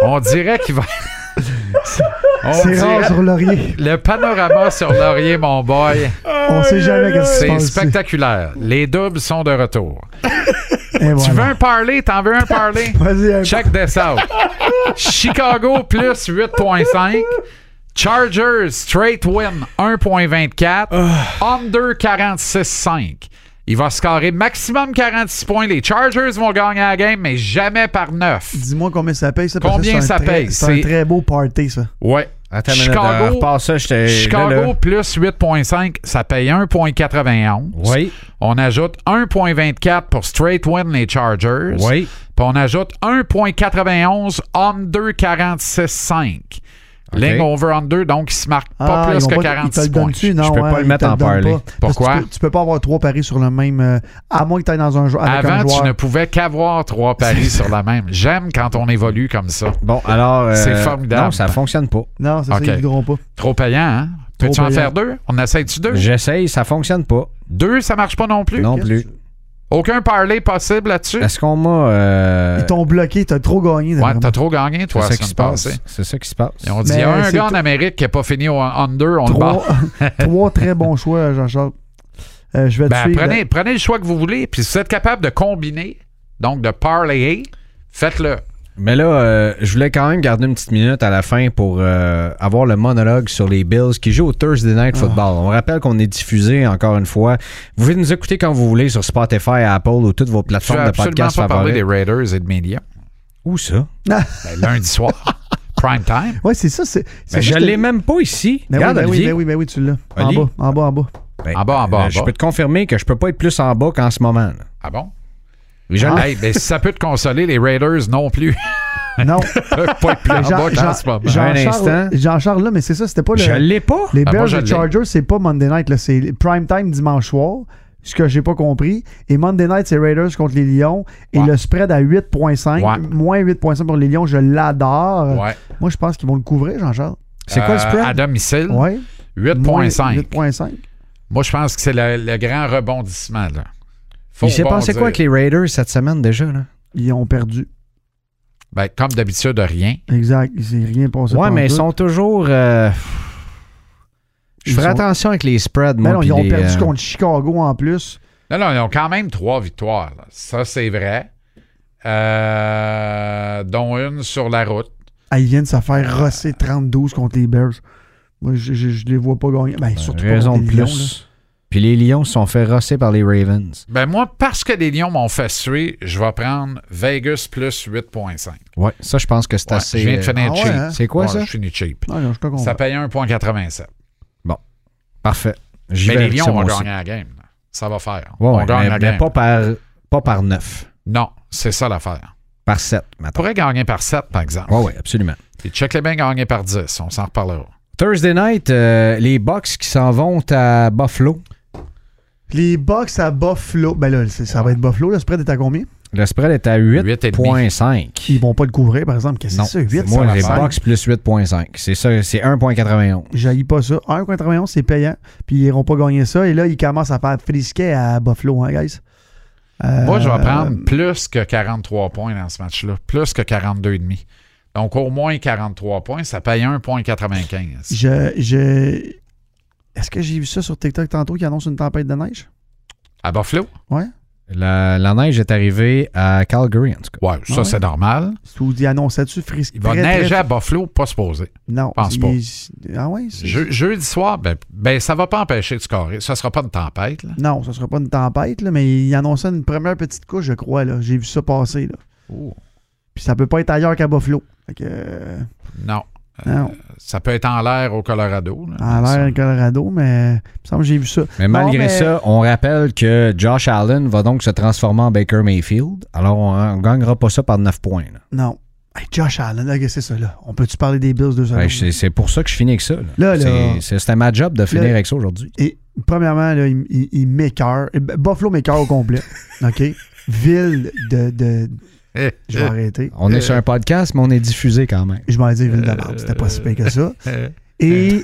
On dirait qu'il va. <laughs> On C'est rare dirait- sur Laurier. Le panorama sur Laurier, mon <laughs> boy, On sait jamais qu'est-ce qui se c'est passe. ici. spectaculaire. Les doubles sont de retour. Et Tu veux voilà. un parler? T'en veux <laughs> un parler? Vas-y, un- Check this <laughs> out. Chicago plus 8.5. Chargers straight win 1.24. Ah. Under 46.5. Il va scorer maximum 46 points. Les Chargers vont gagner la game, mais jamais par 9. Dis-moi combien ça paye, ça. parce que Combien c'est ça un très- paye? C'est C'est- un très beau party, ça. Ouais. Attends, Chicago- passe ça, je te- Chicago là, là. plus 8.5, ça paye 1.91. Oui, On ajoute 1.24 pour straight win les Chargers. oui. Puis on ajoute 1.91 under 46.5. Ligne over-under, donc il se marque pas Ah, plus ils vont que pas- 46 Ils te le points. donnent-tu? Non, Je peux pas hein, le ils mettre te en donnent parlay. pas. Parce que Pourquoi? Tu peux, tu peux pas avoir trois paris sur le même. euh, à moins que tu ailles dans un jeu avec un Avant, joueur. tu ne pouvais qu'avoir trois paris sur la même. J'aime quand on évolue comme ça. Bon, alors. euh, C'est formidable. Non, ça fonctionne pas. Non, c'est Ok. ça, ils voudront pas. Trop payant, hein? Peux-tu en payant. faire deux? On essaie-tu deux? J'essaye, ça fonctionne pas. Deux, ça marche pas non plus? Non Qu'est-ce plus. que Aucun parlay possible là-dessus? Est-ce qu'on m'a. euh, Ils t'ont bloqué, t'as trop gagné. Ouais, dernièrement. t'as trop gagné, toi, c'est la ça semaine qui se passe. passée. C'est ça qui se passe. Et on dit, Mais il euh, y a un c'est gars en tout- Amérique qui n'a pas fini au under, on le trois, bat. <laughs> trois très bons choix, Jean-Charles. Euh, je vais te Ben, suivre. prenez, prenez le choix que vous voulez, puis si vous êtes capable de combiner, donc de parlayer, faites-le. Mais là, euh, je voulais quand même garder une petite minute à la fin pour euh, avoir le monologue sur les Bills qui jouent au Thursday Ah. Night Football. On rappelle qu'on est diffusé encore une fois. Vous pouvez nous écouter quand vous voulez sur Spotify, Apple ou toutes vos Tu veux plateformes de absolument pas podcast parler des favorites. Raiders et de Média. Où ça? Ben, <laughs> lundi soir, prime time. Ouais, c'est ça. C'est, c'est Ben, ça je que l'ai même pas ici. Ben oui, Regarde, ben oui, Olivier. ben oui, Ah ben oui, tu l'as. En Olivier? bas, en bas, <laughs> en bas. Ben, En bas, en bas, en Je bas. peux te confirmer que je peux pas être plus en bas qu'en ce moment. là. Ah bon? Je l'ai- Hey, ben, si ça peut te consoler, les Raiders non plus. <laughs> Non. Peuvent pas être plus en Jean- bas Jean- qu'en ce moment. Jean-Charles- Un instant. Jean-Charles, là, mais c'est ça, c'était pas le. Je l'ai pas. Les Ah, moi, Bears je et l'ai. Chargers, c'est pas Monday Night, là, c'est prime time dimanche soir, ce que j'ai pas compris. Et Monday Night, c'est Raiders contre les Lions. Et Ouais. le spread à 8.5, Ouais. moins 8.5 pour les Lions, je l'adore. Ouais. Moi, je pense qu'ils vont le couvrir, Jean-Charles. C'est quoi le Euh, spread? À domicile, Ouais. Moins 8.5. 8.5. Moi, je pense que c'est le, le grand rebondissement. Là. Faut Il s'est passé rebondir. quoi avec les Raiders cette semaine déjà? Là? Ils ont perdu. Ben, comme d'habitude, rien. Exact. Il s'est rien passé. Ouais, pendant mais ils tout. sont toujours. euh, Je Ils ferai sont- attention avec les spreads, Ben moi. non, puis ils ont les, perdu euh, contre Chicago en plus. Non, non, ils ont quand même trois victoires. là. Ça, c'est vrai. Euh, dont une sur la route. Ah, ils viennent de se faire rosser 30-12 contre les Bears. Moi, je, je- je les vois pas gagner. Ben, surtout pas raison contre de les Lions, là. plus. Puis les Lions se sont fait rosser par les Ravens. Ben, moi, parce que les Lions m'ont fait suer, je vais prendre Vegas plus 8.5. Ouais, ça, je pense que c'est Ouais, assez. je viens de euh, finir ah cheap. ouais, hein? C'est quoi Ouais, ça? Oh. Je finis cheap. Non, non, je te comprends. Ça paye 1.87. Parfait. J'y Mais vais les avec Lions ça, vont moi aussi. gagner la game. là. Ça va faire. Ouais, On ouais, gagne mais, la game. mais pas, par, pas par 9, Non, c'est ça l'affaire. par 7, On maintenant. pourrait gagner par 7, par exemple. Ouais, ouais, absolument. Et check les bien gagner par 10. On s'en reparlera. Thursday night, euh, les Bucks qui s'en vont à Buffalo. Les Bucks à Buffalo. Ben là, c'est- ça va être Buffalo. Le spread est à combien? Le spread est à Huit et demi. Ils 8.5. vont pas le couvrir, par exemple. Qu'est-ce Non, que c'est ça? 8, ça moi, va les faire. Bucks plus 8.5. C'est ça, c'est 1.91. J'haïs pas ça. 1,91, c'est payant. Puis ils iront pas gagner ça. Et là, ils commencent à faire frisquet à Buffalo, hein, guys? Euh, Moi, je vais prendre plus que 43 points dans ce match-là. Plus que 42,5. Donc, au moins 43 points, ça paye 1,95. Je, je... Est-ce que j'ai vu ça sur TikTok tantôt qui annonce une tempête de neige? À Buffalo? La, la neige est arrivée à Calgary, en tout cas. Ouais, ça, Ah ouais? c'est normal. Ou ils annonçaient tu frisquet? Il va neiger à Buffalo, pas se poser. Non. pense il- pas. Ah ouais? c'est- Je- jeudi soir, ben, ben, ça va pas empêcher de scorer. Ça sera pas une tempête. là. Non, ça sera pas une tempête, là, mais ils annonçaient une première petite couche, je crois. là. J'ai vu ça passer. Là. Puis ça peut pas être ailleurs qu'à Buffalo. Fait que, euh, Non. non. Ça peut être en l'air au Colorado. Euh, là. En l'air, le Colorado, mais il me semble que j'ai vu ça. Mais Non, malgré mais- ça, on rappelle que Josh Allen va donc se transformer en Baker Mayfield. Alors, on ne gagnera pas ça par 9 points. là. Non. Hey, Josh Allen, là, qu'est-ce que c'est ça, là? On peut-tu parler des Bills deux secondes? Ben, c'est c'est pour ça que je finis avec ça. là. Ah, Là, là. C'est- c'est- C'était ma job de finir Là. avec ça aujourd'hui. Et premièrement, là, il, il, il m'écoeure. Eh ben, Buffalo m'écœure <laughs> au complet. OK? Ville de. de- Eh, Je vais eh, arrêter. On est sur un podcast, mais on est diffusé quand même. Je vais dire ville de marde. C'était pas si pire que ça. euh, <laughs> Et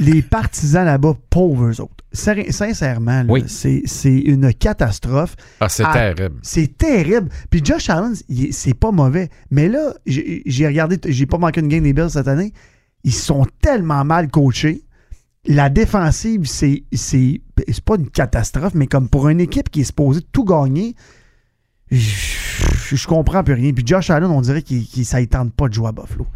les partisans là-bas, pauvres eux autres. Séri- Sincèrement, là, Oui. c'est c'est une catastrophe. ah, c'est Ah. terrible. C'est terrible. Puis Josh Allen, il est- c'est pas mauvais. Mais là, j'ai j'ai regardé, j'ai pas manqué une game des Bills cette année. Ils sont tellement mal coachés. La défensive, c'est c'est c'est pas une catastrophe, mais comme pour une équipe qui est supposée tout gagner, je, je comprends plus rien. Puis Josh Allen, on dirait qu'il qu'il- ça ne tente pas de jouer à Buffalo.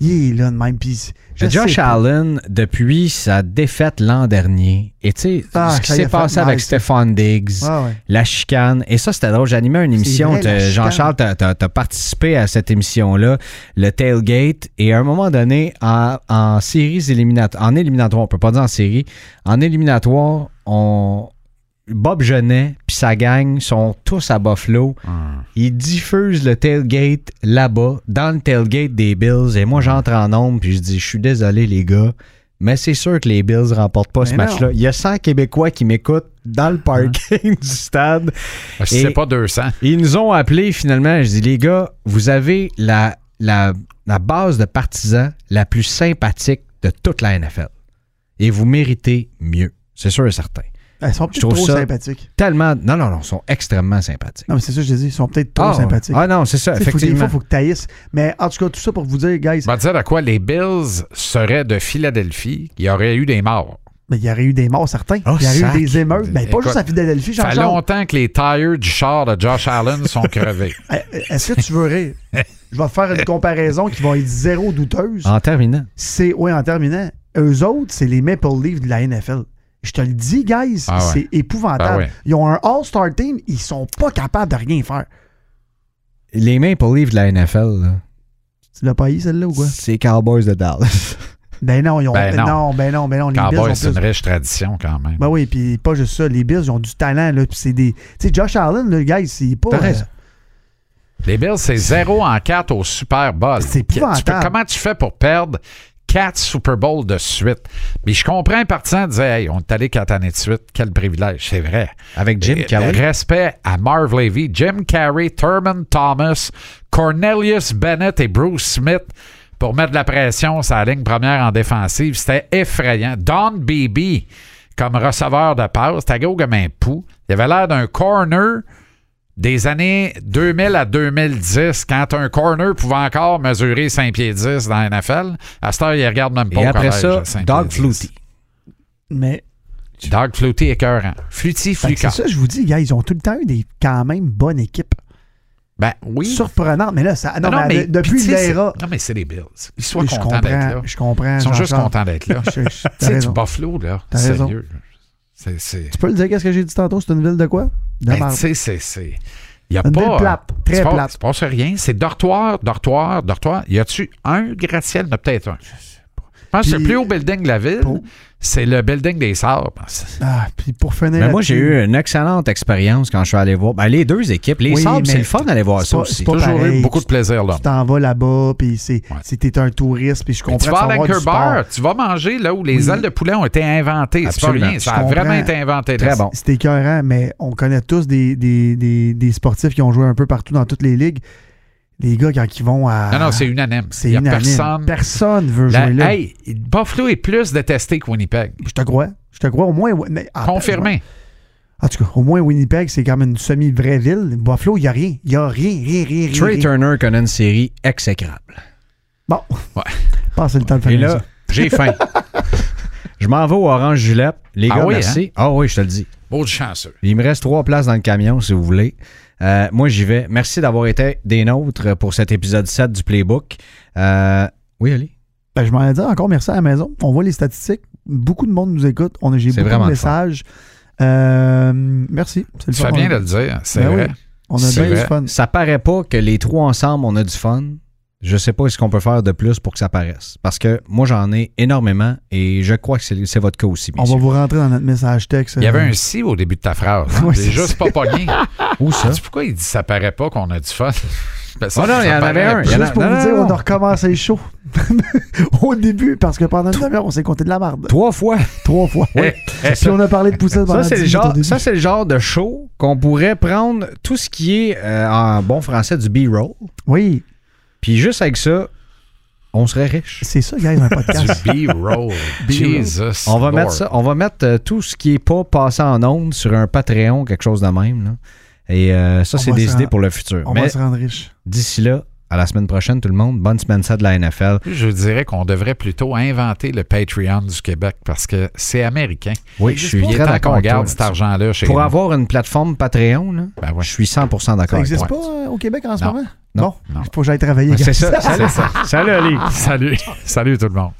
Il est là de même. Puis je sais Josh pas. Allen, depuis sa défaite l'an dernier, et tu sais, Ah, ce qui ça y a s'est fait passé mal, avec ça. Stephon Diggs, Ah ouais. la chicane. Et ça, c'était drôle. J'animais une émission. vrai, la t'as- chicane. Jean-Charles, t'as as, participé à cette émission-là, le Tailgate. Et à un moment donné, en, en séries éliminatoires, en éliminatoire, on peut pas dire en série, en éliminatoire, on. Bob Genet puis sa gang sont tous à Buffalo. Ah. Ils diffusent le tailgate là-bas, dans le tailgate des Bills. Et moi, j'entre en nombre puis je dis, je suis désolé les gars, mais c'est sûr que les Bills remportent pas ce Mais Hein? match-là. Il y a 100 Québécois qui m'écoutent dans le parking <laughs> du stade. Ben, si c'est Et- pas 200. Et ils nous ont appelés finalement. Je dis, les gars, vous avez la, la, la base de partisans la plus sympathique de toute la NFL. et vous méritez mieux. C'est sûr et certain. Elles sont peut-être trouve trop ça- sympathiques. Tellement. Non, non, non, ils sont extrêmement sympathiques. Non, mais c'est ça que je dis, ils sont peut-être trop Ah, sympathiques. Ah non, c'est ça, Tu sais, faut- Des fois, effectivement. il faut que tu Mais en tout cas, tout ça pour vous dire, guys, On va dire à quoi les Bills seraient de Philadelphie. Il y aurait eu des morts. ben, il y aurait eu des morts certains. Oh, il y aurait sac. eu des émeutes. Ben, pas Écoute, juste à Philadelphie, Ça fait Jean-Jean. longtemps que les tires du char de Josh <laughs> Allen sont crevés. Eh, eh, Est-ce que tu veux rire? Je vais te faire une comparaison qui va être zéro douteuse. Ah. En terminant. C'est, oui, en terminant, eux autres, c'est les Maple Leafs de la NFL. Je te le dis, guys, Ah ouais. c'est Ben épouvantable. ouais. Ils ont un All-Star Team, ils sont pas capables de rien faire. Les Maple Leafs de la NFL, là, Tu l'as pas eu, celle-là, ou quoi? c'est les Cowboys de Dallas. Ben non, ils ont. Ben Ben non. non, ben non, ben non. Les Bills Cowboys, ont c'est plus. une riche tradition quand même. Ben oui, puis pas juste ça. Les Bills, ils ont du talent, là. Puis c'est des. Tu sais, Josh Allen, le gars, c'est pas. T'as raison. Les Bills, c'est 0 en 4 au Super Bowl. C'est Tu peux- épouvantable. Comment tu fais pour perdre 4 Super Bowls de suite? Mais je comprends un partisan disait Hey, on est allé 4 années de suite, quel privilège, c'est vrai. <laughs> Avec Jim Et- Kelly. Respect à Marv Levy, Jim Carrey, Thurman Thomas, Cornelius Bennett et Bruce Smith pour mettre de la pression sur la ligne première en défensive. C'était effrayant. Don Beebe comme receveur de passe, c'était gros comme un pou. Il avait l'air d'un corner des années 2000 à 2010, quand un corner pouvait encore mesurer 5 pieds 10 dans la NFL. À cette heure, il regarde même pas Et au après collège, ça, le 5 Doug pieds 10. Flutie. Mais. Doug Flutie écœurant. Flutie, Fait que flucant. C'est ça, je vous dis, gars, ils ont tout le temps eu des quand même bonnes équipes. Ben oui. Surprenantes, mais là, ça. Non, Non, mais, de- depuis puis tu sais, l'era. c'est- Non, mais c'est les Bills. Ils sont Je contents d'être là. comprends. Je comprends. Ils sont juste Jean-Charles. contents d'être là. tu <laughs> Je- <laughs> je- t'as sais, du raison. Buffalo, là. T'as raison. Sérieux. C'est. c'est- Tu peux le dire, qu'est-ce que j'ai dit tantôt? C'est une ville de quoi? De Ben, marde. tu sais, c'est. c'est- Il n'y a Une pas. ville plate, il se très passe- plate. Il se passe rien. C'est dortoir, dortoir, dortoir. Y a-tu un gratte-ciel? Il y en a peut-être un. Je pense que le Puis- plus haut building de la ville, Pour- c'est le building des Sables. C'est- Ah, puis pour finir. Mais moi, j'ai là-dessus, eu une excellente expérience quand je suis allé voir. Ben, les deux équipes, les Oui, Sabres, mais c'est le fun d'aller voir c'est ça pas- aussi. c'est pas- Toujours eu pareil. beaucoup de plaisir, là. Tu t'en vas là-bas, puis c'est. Ouais. c'est- T'es un touriste, puis je Mais comprends. tu vas à tu vas voir du l'Anchor sport. Bar, tu vas manger là où les Oui. ailes de poulet ont été inventées. C'est pas Absolument. rien. Ça Je a vraiment comprends. été inventé. Très là. bon. C'est écœurant, mais on connaît tous des, des, des, des sportifs qui ont joué un peu partout dans toutes les ligues. Les gars, quand ils vont à. Ah, Non, non, c'est unanime. c'est Il n'y a unanime. personne. Personne veut La- jouer là. hey, Buffalo est plus détesté que Winnipeg. Je te crois. Je te crois. Au moins. mais- ben, ah, Confirmé. En tout cas, au moins Winnipeg, c'est quand même une semi-vraie ville. Buffalo, il n'y a rien. Il n'y a rien, rien, rien, rien. Trey rien. Turner connaît une série exécrable. Bon. Ouais. Passez le temps de faire Et ça. là, <laughs> j'ai <laughs> faim. Je m'en vais au Orange Julep. Les Ah gars, oui, merci. Ah oui, je te le dis. Beau de chanceux. Il me reste trois places dans le camion, si vous voulez. Euh, moi, j'y vais. Merci d'avoir été des nôtres pour cet épisode 7 du Playbook. Euh, oui, Ali? Ben, je m'en ai dit encore merci à la maison. On voit les statistiques. Beaucoup de monde nous écoute. On a, j'ai C'est beaucoup vraiment de le fun. messages. Euh, merci. C'est le Tu fun. fais bien On de a- le dire. C'est Ben oui. vrai. On a C'est bien du vrai. fun. Ça paraît pas que les trois ensemble, on a du fun. Je sais pas ce qu'on peut faire de plus pour que ça paraisse. Parce que moi, j'en ai énormément et je crois que c'est c'est votre cas aussi, On messieurs. va vous rentrer dans notre message texte. Il y avait un si au début de ta phrase. hein. Ouais, J'ai c'est juste pas <laughs> pogné. Hein? Où ça? C'est pourquoi il dit ça paraît pas qu'on a du fun. <laughs> Ben, ça, Oh non, ça il y en paraît avait un. pas. Il y en a- Juste pour non, vous non, dire, non. on a recommencé le show <laughs> au début parce que pendant une demi-heure, on s'est compté de la marde Trois fois. <laughs> trois fois. <laughs> Eh, eh, Puis on a parlé de poussette pendant Ça, c'est le 10 minutes au genre, début. ça, c'est le genre de show qu'on pourrait prendre tout ce qui est euh, en bon français du B-roll. Oui, Puis juste avec ça, on serait riche. c'est ça, <laughs> guys, un podcast. Du B-roll. Jesus. On va Lord. mettre ça, on va mettre euh, tout ce qui est pas passé en ondes sur un Patreon, quelque chose de même. là. Et euh, ça, On c'est va des se idées rend- pour le futur. on Mais va se rendre riche. d'ici là, à la semaine prochaine, tout le monde, bonne semaine ça de la NFL. Je dirais qu'on devrait plutôt inventer le Patreon du Québec parce que c'est américain. Oui, je suis Il est très temps d'accord qu'on avec toi garde là-dessus. cet argent-là chez Pour nous. avoir une plateforme Patreon, là, Ben <laughs> ouais. je suis 100% Ça d'accord avec n'existe toi. pas euh, au Québec en ce Non, moment? non, bon, il faut que j'aille travailler. Ben, C'est guys. ça, c'est ça. Salut, Ali. Salut. Salut tout le monde.